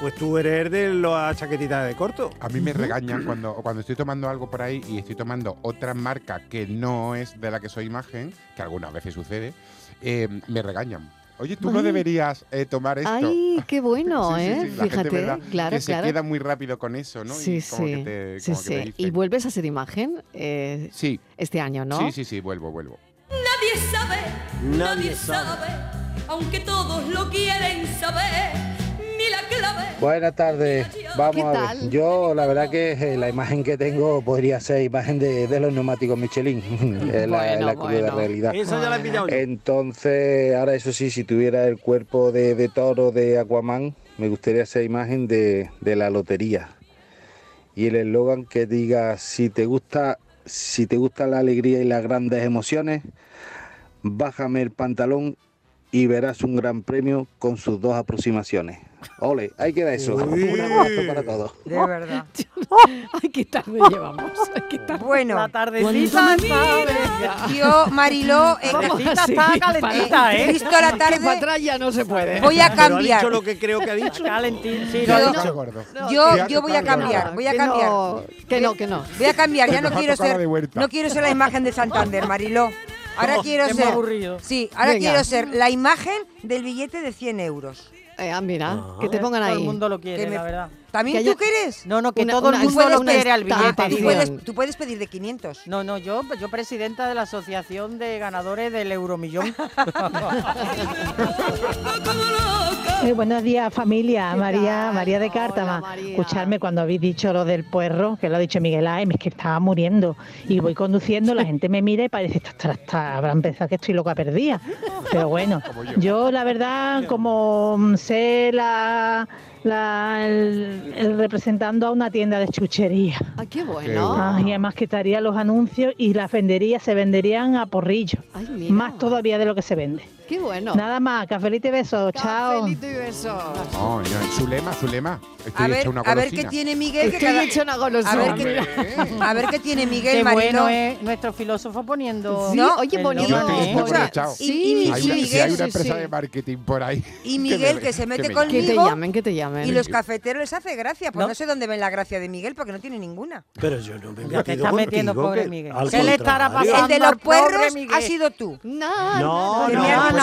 Speaker 4: pues tú eres de las chaquetitas de corto.
Speaker 3: A mí me regañan cuando, o cuando estoy tomando algo por ahí y estoy tomando otra marca que no es de la que soy imagen, que algunas veces sucede, eh, me regañan. Oye, tú no
Speaker 1: Ay.
Speaker 3: deberías eh, tomar esto.
Speaker 1: Ay, qué bueno,
Speaker 3: Sí, sí,
Speaker 1: ¿eh?
Speaker 3: sí, la gente,
Speaker 1: Fíjate,
Speaker 3: ¿verdad?
Speaker 1: claro,
Speaker 3: que
Speaker 1: claro.
Speaker 3: se queda muy rápido con eso, ¿no?
Speaker 1: Sí,
Speaker 3: y como
Speaker 1: sí.
Speaker 3: que te,
Speaker 1: sí,
Speaker 3: como que te
Speaker 1: sí.
Speaker 3: dice.
Speaker 1: Y vuelves a ser imagen eh,
Speaker 3: Sí.
Speaker 1: este año, ¿no?
Speaker 3: Sí, sí, sí, vuelvo, vuelvo.
Speaker 8: Nadie sabe,
Speaker 3: Nadie
Speaker 8: nadie, sabe. aunque todos lo quieren saber, ni la clave.
Speaker 18: Buenas tardes,
Speaker 8: ¿Qué
Speaker 18: vamos a
Speaker 8: tal?
Speaker 18: ver. Yo la verdad que eh, la imagen que tengo podría ser imagen de, de los neumáticos Michelin, (laughs) es la, es la cruda realidad.
Speaker 4: Esa ya la he pillado yo.
Speaker 18: Entonces, ahora eso sí, si tuviera el cuerpo de, de toro de Aquaman, me gustaría esa imagen de, de la lotería. Y el eslogan que diga, si te gusta, si te gusta la alegría y las grandes emociones, bájame el pantalón y verás un gran premio con sus dos aproximaciones. Ole, ahí queda eso. Un abrazo para todos.
Speaker 5: De verdad.
Speaker 1: (laughs) Ay, qué tarde llevamos. Qué tarde.
Speaker 6: Bueno,
Speaker 5: la tardecita
Speaker 6: Cuando
Speaker 5: está
Speaker 6: me miras, yo, Mariló, eh,
Speaker 5: Vamos
Speaker 6: Tardecita
Speaker 5: a
Speaker 6: está
Speaker 5: seguir
Speaker 6: calentita,
Speaker 5: para-
Speaker 6: ¿eh? Visto la (laughs)
Speaker 5: Que
Speaker 6: tarde-
Speaker 5: para atrás ya no se
Speaker 1: Eh,
Speaker 5: puede.
Speaker 6: Voy a Pero ha cambiar.
Speaker 4: dicho lo que creo que ha dicho.
Speaker 5: Calentita. Sí,
Speaker 6: Yo-
Speaker 5: lo ha
Speaker 6: no,
Speaker 5: dicho.
Speaker 6: No, yo- te ha yo voy a tocado el cambiar, gordo. voy a
Speaker 1: Que
Speaker 6: cambiar.
Speaker 1: no, Que no, que no.
Speaker 6: Voy a cambiar, ya no
Speaker 1: Nos ha
Speaker 6: quiero
Speaker 1: tocado
Speaker 6: ser
Speaker 1: de vuelta.
Speaker 6: no quiero ser la imagen de Santander, Mariló. Ahora
Speaker 1: No,
Speaker 6: quiero
Speaker 1: es más
Speaker 6: ser
Speaker 1: aburrido.
Speaker 6: Sí, ahora
Speaker 1: Venga.
Speaker 6: quiero ser la imagen del billete de 100 euros.
Speaker 1: ah, mira, que te pongan ahí.
Speaker 5: Todo el mundo lo quiere, la verdad.
Speaker 6: ¿También
Speaker 5: Que
Speaker 6: tú
Speaker 5: haya-
Speaker 6: quieres?
Speaker 5: No, no, que todo el mundo lo quiere al billete.
Speaker 6: Tú puedes, tú puedes pedir de 500.
Speaker 5: No, no, yo, yo presidenta de la Asociación de Ganadores del
Speaker 6: (laughs)
Speaker 5: Euromillón.
Speaker 23: Eh, buenos días familia, María, María de Cártama. Escucharme cuando habéis dicho lo del puerro, que lo ha dicho Miguel Ángel, es que estaba muriendo. Y voy conduciendo, la gente me mira y parece, "Esta- esta- esta, habrán pensado que estoy loca perdida. Pero bueno, yo la verdad, como mm, sé la, la- el- el representando a una tienda de chuchería.
Speaker 1: Ah, qué bueno.
Speaker 23: Ah, y además quitaría los anuncios y las venderías se venderían a porrillo.
Speaker 1: mira.
Speaker 23: Más todavía de lo que se vende.
Speaker 1: Qué bueno.
Speaker 23: Nada más, cafelito y besos. Chao.
Speaker 1: y besos.
Speaker 3: No, no, Zulema, Zulema. Estoy
Speaker 23: A ver-
Speaker 3: hecho una
Speaker 23: a ver
Speaker 3: golosina.
Speaker 23: qué
Speaker 6: Tiene Miguel que
Speaker 1: Estoy
Speaker 6: cada-
Speaker 1: hecho una golosina.
Speaker 6: A ver qué, a ver qué tiene Miguel,
Speaker 5: Qué
Speaker 6: Mariló.
Speaker 5: bueno es nuestro filósofo poniendo.
Speaker 6: Sí,
Speaker 5: ¿No?
Speaker 6: oye,
Speaker 5: el
Speaker 6: bonito.
Speaker 3: Yo
Speaker 5: logo,
Speaker 3: estoy
Speaker 5: ¿eh?
Speaker 3: muy aprovechado.
Speaker 6: y- y
Speaker 3: Hay una- si hay
Speaker 6: Miguel,
Speaker 3: una
Speaker 6: sí,
Speaker 3: empresa
Speaker 6: sí.
Speaker 3: de marketing por ahí.
Speaker 6: (laughs) Y Miguel,
Speaker 3: me-
Speaker 6: que se mete
Speaker 3: me-
Speaker 6: conmigo.
Speaker 1: Que te llamen, que te llamen.
Speaker 6: Y los
Speaker 3: Sí.
Speaker 6: cafeteros les hace gracia, pues
Speaker 1: ¿No?
Speaker 6: no sé dónde ven la gracia de Miguel porque no tiene ninguna.
Speaker 4: Pero yo no me he
Speaker 5: La que
Speaker 4: metido
Speaker 5: está metiendo,
Speaker 4: contigo,
Speaker 5: pobre
Speaker 4: que-
Speaker 5: Miguel.
Speaker 4: al
Speaker 5: ¿Qué le estará
Speaker 4: contrario.
Speaker 5: pasando
Speaker 6: El de los
Speaker 5: al pobre
Speaker 6: puerros
Speaker 5: Miguel?
Speaker 6: ha sido tú.
Speaker 1: No,
Speaker 4: No,
Speaker 6: Que
Speaker 4: no,
Speaker 6: me ha-
Speaker 4: pues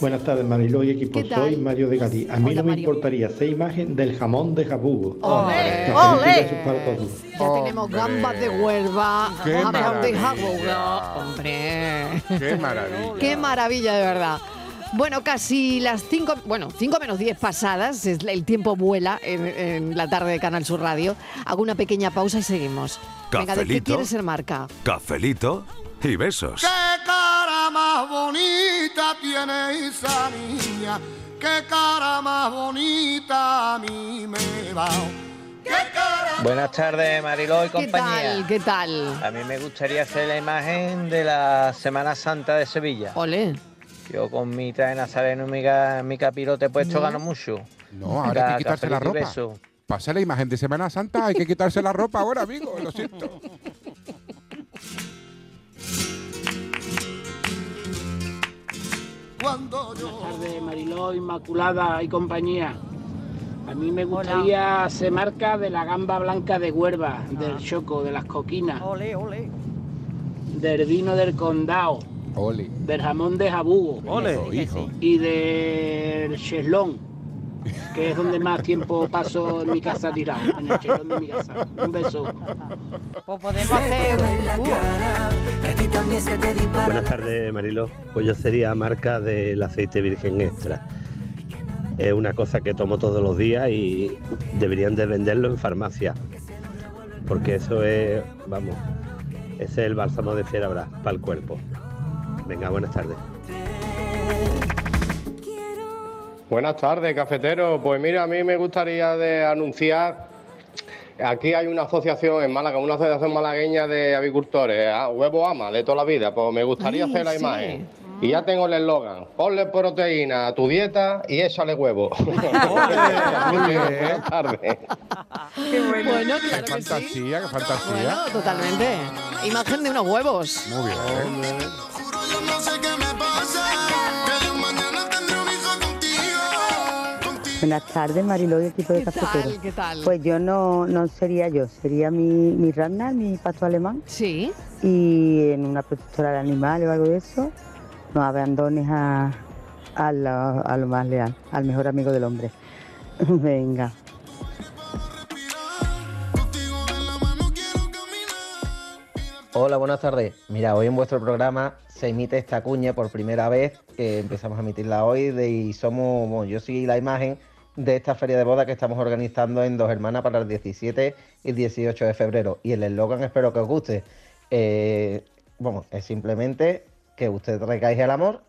Speaker 24: Buenas tardes, Mariló y equipo.
Speaker 1: ¿Qué tal?
Speaker 24: Soy Mario de Cádiz. A mí no me importaría ser imagen del jamón de jabugo.
Speaker 1: ¡Olé!
Speaker 24: Cafelito y
Speaker 1: ¡Olé!
Speaker 24: besos para todos.
Speaker 1: Ya tenemos gambas de Huelva, gambas de Jabugo. Hombre.
Speaker 3: Qué maravilla.
Speaker 1: Qué maravilla, de verdad. Bueno, casi las 5, bueno, 5 menos 10 pasadas, es- el tiempo vuela en, en la tarde de Canal Sur Radio. Hago una pequeña pausa y seguimos. Venga, ¿de qué
Speaker 11: Cafelito.
Speaker 1: quieres ser marca?
Speaker 11: Cafelito y besos.
Speaker 13: cara
Speaker 11: más bonita tiene esa niña, qué cara más bonita a mí me va.
Speaker 21: Buenas tardes, Mariló y
Speaker 1: ¿Qué
Speaker 21: compañía.
Speaker 1: tal? ¿Qué tal?
Speaker 21: A mí me gustaría hacer la imagen de la Semana Santa de Sevilla.
Speaker 1: Ole.
Speaker 21: Yo con mi traje nazareno y mi, ca- mi capirote puesto
Speaker 3: No.
Speaker 21: gano mucho.
Speaker 3: No, ahora hay
Speaker 21: Ca-
Speaker 3: que quitarse la
Speaker 21: cafelito y
Speaker 3: ropa.
Speaker 21: beso.
Speaker 3: Para hacer la imagen de Semana Santa hay que quitarse la ropa
Speaker 16: (laughs)
Speaker 3: ahora, amigo. Lo siento.
Speaker 11: Cuando
Speaker 25: Buenas tardes, Mariló, Inmaculada y compañía. A mí me gustaría se marca de la gamba blanca de Huerva, del Choco, de las coquinas. Del vino del condado,
Speaker 3: Ole.
Speaker 25: del jamón de jabugo.
Speaker 3: Ole. Hijo, hijo.
Speaker 25: Y del cheslón, que es donde más tiempo paso en mi casa tirado, en el cheslón de mi casa. Un beso.
Speaker 26: Buenas tardes, Marilo. Pues yo sería marca del aceite virgen extra. Es una cosa que tomo todos los días y deberían de venderlo en farmacia. Porque eso es, vamos, ese es el bálsamo de fierabra para el cuerpo. Venga, buenas tardes.
Speaker 27: Buenas tardes, cafetero. Pues mira, a mí me gustaría de anunciar. Aquí hay una asociación en Málaga, una asociación malagueña de avicultores, ah, Huevo Ama, de toda la vida. Pues me gustaría
Speaker 28: Ay,
Speaker 27: hacer la
Speaker 28: sí.
Speaker 27: imagen. Y ya tengo el eslogan: ponle proteína a tu dieta y échale huevo. (laughs) Buenas tardes.
Speaker 1: bueno.
Speaker 3: Qué
Speaker 1: claro que sí.
Speaker 3: fantasía, qué
Speaker 1: Bueno,
Speaker 3: fantasía.
Speaker 1: totalmente. Imagen de unos huevos.
Speaker 3: Muy bien. ¿eh?
Speaker 28: Buenas tardes, Mariló y equipo de
Speaker 1: ¿Qué tal?
Speaker 28: cafetero.
Speaker 1: ¿Qué tal?
Speaker 28: Pues yo no, no sería yo, sería mi, mi Ragnar, mi pato alemán.
Speaker 1: Sí.
Speaker 28: Y en una protectora de animales o algo de eso, no abandones a, a lo, a lo más leal, al mejor amigo del hombre. (laughs) Venga.
Speaker 29: Hola, buenas tardes. Mira, hoy en vuestro programa se emite esta cuña por primera vez, que empezamos a emitirla hoy, de- y somos, bueno, yo soy la imagen de esta feria de boda que estamos organizando en Dos Hermanas para el 17 y 18 de febrero. Y el eslogan espero que os guste. Eh, bueno, es simplemente que ustedes traigáis el amor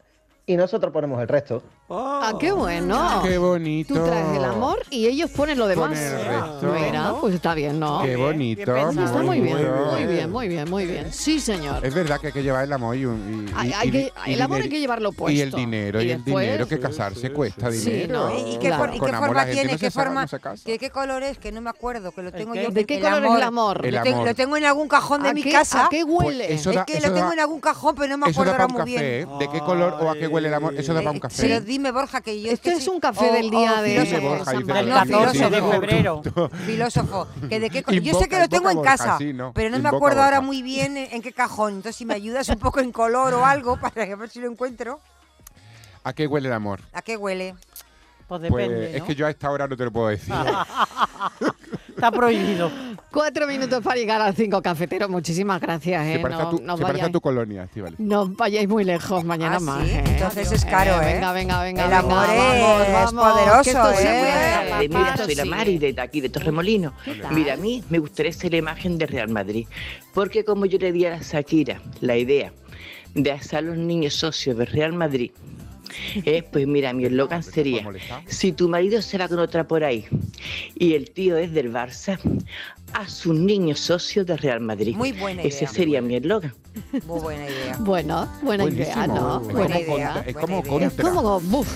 Speaker 29: y nosotros ponemos el resto.
Speaker 1: Ah, qué bueno.
Speaker 29: Qué bonito.
Speaker 1: Tú traes el amor y ellos ponen lo demás.
Speaker 29: Ponen el resto.
Speaker 1: Mira, pues está bien, ¿no?
Speaker 3: Qué bonito.
Speaker 1: Sí, está muy bien,
Speaker 3: bonito.
Speaker 1: muy bien, muy bien, muy bien. Sí, señor.
Speaker 3: Es verdad que hay que llevar el amor y, un- y-
Speaker 1: Hay-
Speaker 3: y-
Speaker 1: hay
Speaker 3: y-
Speaker 1: que-
Speaker 3: y
Speaker 1: el amor hay
Speaker 3: diner-
Speaker 1: que llevarlo
Speaker 3: Y
Speaker 1: puesto.
Speaker 3: el dinero,
Speaker 1: Y
Speaker 3: y, el
Speaker 1: después-
Speaker 3: dinero, que casarse cuesta
Speaker 1: sí,
Speaker 3: dinero.
Speaker 1: ¿no?
Speaker 6: ¿Y qué,
Speaker 1: Claro.
Speaker 6: for- y
Speaker 3: Con
Speaker 6: qué
Speaker 3: amor la
Speaker 6: forma
Speaker 3: gente
Speaker 6: tiene?
Speaker 3: no se
Speaker 6: ¿Qué,
Speaker 3: saca,
Speaker 6: forma,
Speaker 3: no se casa.
Speaker 6: ¿qué, qué color es? Que no me acuerdo, que lo tengo
Speaker 1: qué?
Speaker 6: yo.
Speaker 1: ¿De qué color es el amor?
Speaker 6: Lo,
Speaker 3: El
Speaker 6: tengo-
Speaker 3: amor.
Speaker 6: lo tengo en algún cajón de
Speaker 1: ¿A
Speaker 6: mi
Speaker 1: qué-
Speaker 6: casa.
Speaker 1: a qué huele?
Speaker 3: Pues eso da-
Speaker 6: es que
Speaker 3: eso
Speaker 6: lo tengo
Speaker 3: da-
Speaker 6: en algún cajón, pero no me
Speaker 3: Eso
Speaker 6: acuerdo
Speaker 3: da para
Speaker 6: ahora
Speaker 3: un
Speaker 6: muy bien.
Speaker 3: café. ¿eh? ¿De qué color o a qué huele el amor? Eso da para un café.
Speaker 6: Pero dime, Borja, que yo...
Speaker 1: Esto es un café del día de
Speaker 3: Dice Borja,
Speaker 1: San
Speaker 3: dice
Speaker 1: Valentín.
Speaker 3: Borja,
Speaker 6: No,
Speaker 3: sí,
Speaker 6: filósofo.
Speaker 3: sí, sí.
Speaker 6: Febrero. filósofo, que de qué co- yo
Speaker 3: Invoca,
Speaker 6: sé que lo
Speaker 3: invoca
Speaker 6: tengo en
Speaker 3: Borja,
Speaker 6: casa,
Speaker 3: sí, no,
Speaker 6: pero no me
Speaker 3: invoca
Speaker 6: acuerdo ahora
Speaker 3: Borja.
Speaker 6: muy bien en en qué cajón. Entonces, si me ayudas un poco en color o algo (laughs) para que ver si lo encuentro,
Speaker 3: ¿A qué huele el amor?
Speaker 6: ¿a qué huele?
Speaker 30: Pues
Speaker 3: Pues es que yo a esta hora no te lo puedo decir.
Speaker 30: Está prohibido.
Speaker 1: Cuatro minutos para llegar al cinco cafeteros. Muchísimas gracias.
Speaker 3: se
Speaker 1: ¿eh?
Speaker 3: parece,
Speaker 1: No-
Speaker 3: a, tu,
Speaker 1: no
Speaker 3: se parece a
Speaker 1: vayáis-
Speaker 3: tu colonia, Estivali.
Speaker 1: No vayáis muy lejos mañana
Speaker 6: Ah, ¿sí?
Speaker 1: más. ¿eh?
Speaker 6: (laughs) Entonces es caro, ¿eh?
Speaker 1: Venga, venga, venga.
Speaker 6: El
Speaker 1: venga,
Speaker 6: amor
Speaker 1: vamos,
Speaker 6: es
Speaker 1: vamos, que esto
Speaker 6: poderoso,
Speaker 1: se
Speaker 6: ¿eh?
Speaker 1: puede,
Speaker 31: Eh,
Speaker 1: papá,
Speaker 31: mira,
Speaker 1: esto
Speaker 31: soy la
Speaker 1: sí.
Speaker 31: Mari de aquí, de Torremolino. Mira, a mí me gustaría ser la imagen de Real Madrid, porque como yo le di a Shakira la idea de hacer a los niños socios de Real Madrid, eh, pues mira, mi eslogan sería, si tu marido se va con otra por ahí y el tío es del Barça, haz un niño socio de Real Madrid.
Speaker 6: Muy buena
Speaker 31: Ese
Speaker 6: idea.
Speaker 31: sería mi eslogan.
Speaker 6: Muy buena idea.
Speaker 1: Bueno, buena idea,
Speaker 3: Buenísimo.
Speaker 1: ¿no?
Speaker 3: Es
Speaker 1: Buena
Speaker 3: como
Speaker 1: idea.
Speaker 3: contra- es como
Speaker 1: Es
Speaker 3: contra.
Speaker 1: como, buf,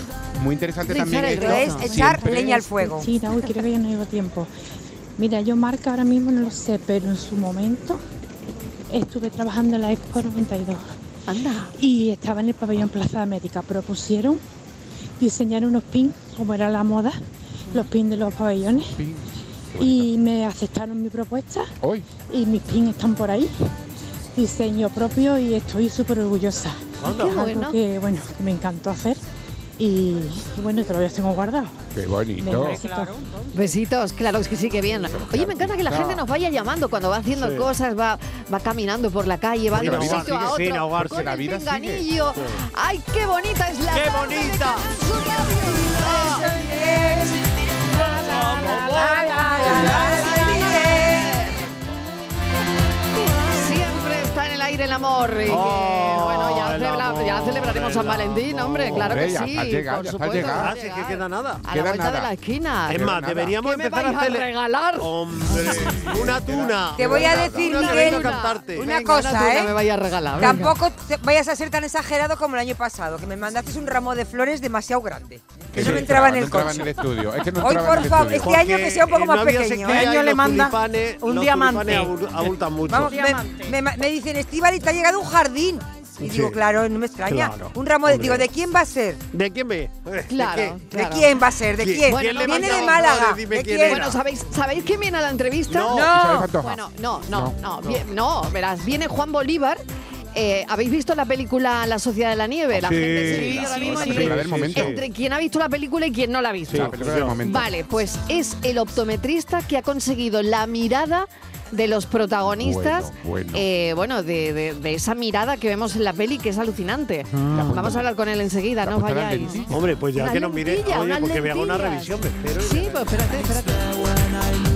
Speaker 3: Muy interesante
Speaker 1: Rizar
Speaker 3: también
Speaker 1: el
Speaker 3: esto.
Speaker 1: rizo.
Speaker 3: siempre-
Speaker 32: Sí, uy, creo que ya no llevo tiempo. Mira, yo marca ahora mismo no lo sé, pero en su momento estuve trabajando en la Expo 92.
Speaker 1: Anda.
Speaker 32: Y estaba en el pabellón Plaza de América. Propusieron diseñar unos pins, como era la moda, los pins de los pabellones. Y me aceptaron mi propuesta.
Speaker 3: Hoy.
Speaker 32: Y mis pins están por ahí. Diseño propio y estoy súper orgullosa.
Speaker 3: Anda.
Speaker 32: Es
Speaker 3: Qué
Speaker 32: algo
Speaker 3: bueno.
Speaker 32: que, bueno, que me encantó hacer. Y, y bueno, todavía los tengo guardados.
Speaker 3: Qué bonito.
Speaker 1: Besitos, claro es que sí, que bien. Oye, me encanta que la
Speaker 3: No.
Speaker 1: gente nos vaya llamando cuando va haciendo
Speaker 3: Sí.
Speaker 1: cosas, va, va caminando por la calle, va de
Speaker 3: Porque
Speaker 1: un
Speaker 3: la vida
Speaker 1: sitio a
Speaker 3: sigue
Speaker 1: otro.
Speaker 3: sin ahogarse.
Speaker 1: con
Speaker 3: La
Speaker 1: el
Speaker 3: vida sigue.
Speaker 1: pinganillo.
Speaker 3: Sí.
Speaker 1: ¡Ay, qué bonita es la
Speaker 33: ¡Qué
Speaker 1: tarde de
Speaker 33: bonita!
Speaker 1: Canal Sur
Speaker 3: Oh,
Speaker 1: Radio! Siempre está en el aire el amor. y que, bueno, ya hace, la- ya hace celebraremos San Valentín, hombre, claro que
Speaker 3: Hombre, ya
Speaker 1: sí.
Speaker 3: está llegando,
Speaker 1: por
Speaker 3: ya está
Speaker 1: supuesto,
Speaker 3: llegando.
Speaker 1: va a
Speaker 3: Ah, sí,
Speaker 1: llegar.
Speaker 4: queda nada.
Speaker 1: A la
Speaker 3: Queda
Speaker 1: vuelta
Speaker 3: nada.
Speaker 1: de la esquina.
Speaker 4: Es más, deberíamos
Speaker 1: ¿Qué me
Speaker 4: empezar
Speaker 1: vais
Speaker 4: a tele-
Speaker 1: regalar. (laughs)
Speaker 4: Hombre, una tuna.
Speaker 6: Te voy a decir,
Speaker 4: Una tuna,
Speaker 6: Miguel,
Speaker 4: vengo a cantarte.
Speaker 6: una
Speaker 1: Venga, una
Speaker 6: cosa,
Speaker 1: tuna
Speaker 6: ¿eh?
Speaker 1: me vaya a regalar, venga.
Speaker 6: Tampoco te- vayas a ser tan exagerado como el año pasado, que me mandaste un ramo de flores demasiado grande. Que
Speaker 3: Sí,
Speaker 6: no me entraba en
Speaker 3: no
Speaker 6: el
Speaker 3: entraba
Speaker 6: coche.
Speaker 3: en el estudio, es que no
Speaker 6: Hoy,
Speaker 3: entraba en
Speaker 6: por
Speaker 3: el
Speaker 6: favor,
Speaker 3: estudio.
Speaker 6: este año que sea un poco
Speaker 4: Porque
Speaker 6: más
Speaker 4: no había
Speaker 6: pequeño.
Speaker 4: sequía
Speaker 6: ¿eh?
Speaker 4: Este año y le los manda tulipanes- un los diamante. tulipanes abu- abultan mucho.
Speaker 6: Vamos,
Speaker 4: Un
Speaker 6: me-
Speaker 4: diamante.
Speaker 6: Me, ma- me dicen, Estivali, te ha llegado un jardín. Y
Speaker 4: Sí.
Speaker 6: digo, claro, no me extraña.
Speaker 4: Claro,
Speaker 6: un ramo de.
Speaker 4: hombre.
Speaker 6: Digo, ¿de quién va a ser?
Speaker 4: ¿De quién ve? (laughs) ¿De
Speaker 1: Claro,
Speaker 4: qué?
Speaker 1: claro.
Speaker 6: ¿De quién va a ser? ¿De
Speaker 4: ¿Quién-
Speaker 6: quién?
Speaker 4: quién le mandaba
Speaker 6: Viene de
Speaker 4: flores?
Speaker 6: Málaga.
Speaker 4: Dime
Speaker 6: ¿De
Speaker 4: quién
Speaker 6: quién?
Speaker 4: era.
Speaker 1: Bueno, ¿sabéis, ¿sabéis quién viene a la entrevista?
Speaker 4: No. No. Isabel Pantoja.
Speaker 1: Bueno, no, no, no.
Speaker 4: No,
Speaker 1: Vie- no, verás, viene Juan Bolívar. Eh, ¿Habéis visto la película La Sociedad de la Nieve? La
Speaker 3: Sí,
Speaker 1: gente
Speaker 3: sí,
Speaker 1: divide ahora
Speaker 3: sí,
Speaker 1: mismo
Speaker 3: la
Speaker 1: entre-
Speaker 3: película del momento.
Speaker 1: Entre quien ha visto la película y quien no la ha visto.
Speaker 3: Sí, la película del momento.
Speaker 1: Vale, pues es el optometrista que ha conseguido la mirada de los protagonistas.
Speaker 3: Bueno, bueno.
Speaker 1: eh, bueno, de, de- de esa mirada que vemos en la peli que es
Speaker 3: Ah.
Speaker 1: alucinante. Vamos a hablar con él enseguida, no os vayáis.
Speaker 6: ¿eh?
Speaker 4: Hombre, pues ya
Speaker 1: Una
Speaker 4: que nos mire,
Speaker 1: lentilla,
Speaker 4: oye,
Speaker 1: unas
Speaker 4: porque me haga una
Speaker 1: lentillas.
Speaker 4: revisión, me espero.
Speaker 1: Sí, pues espérate, espérate.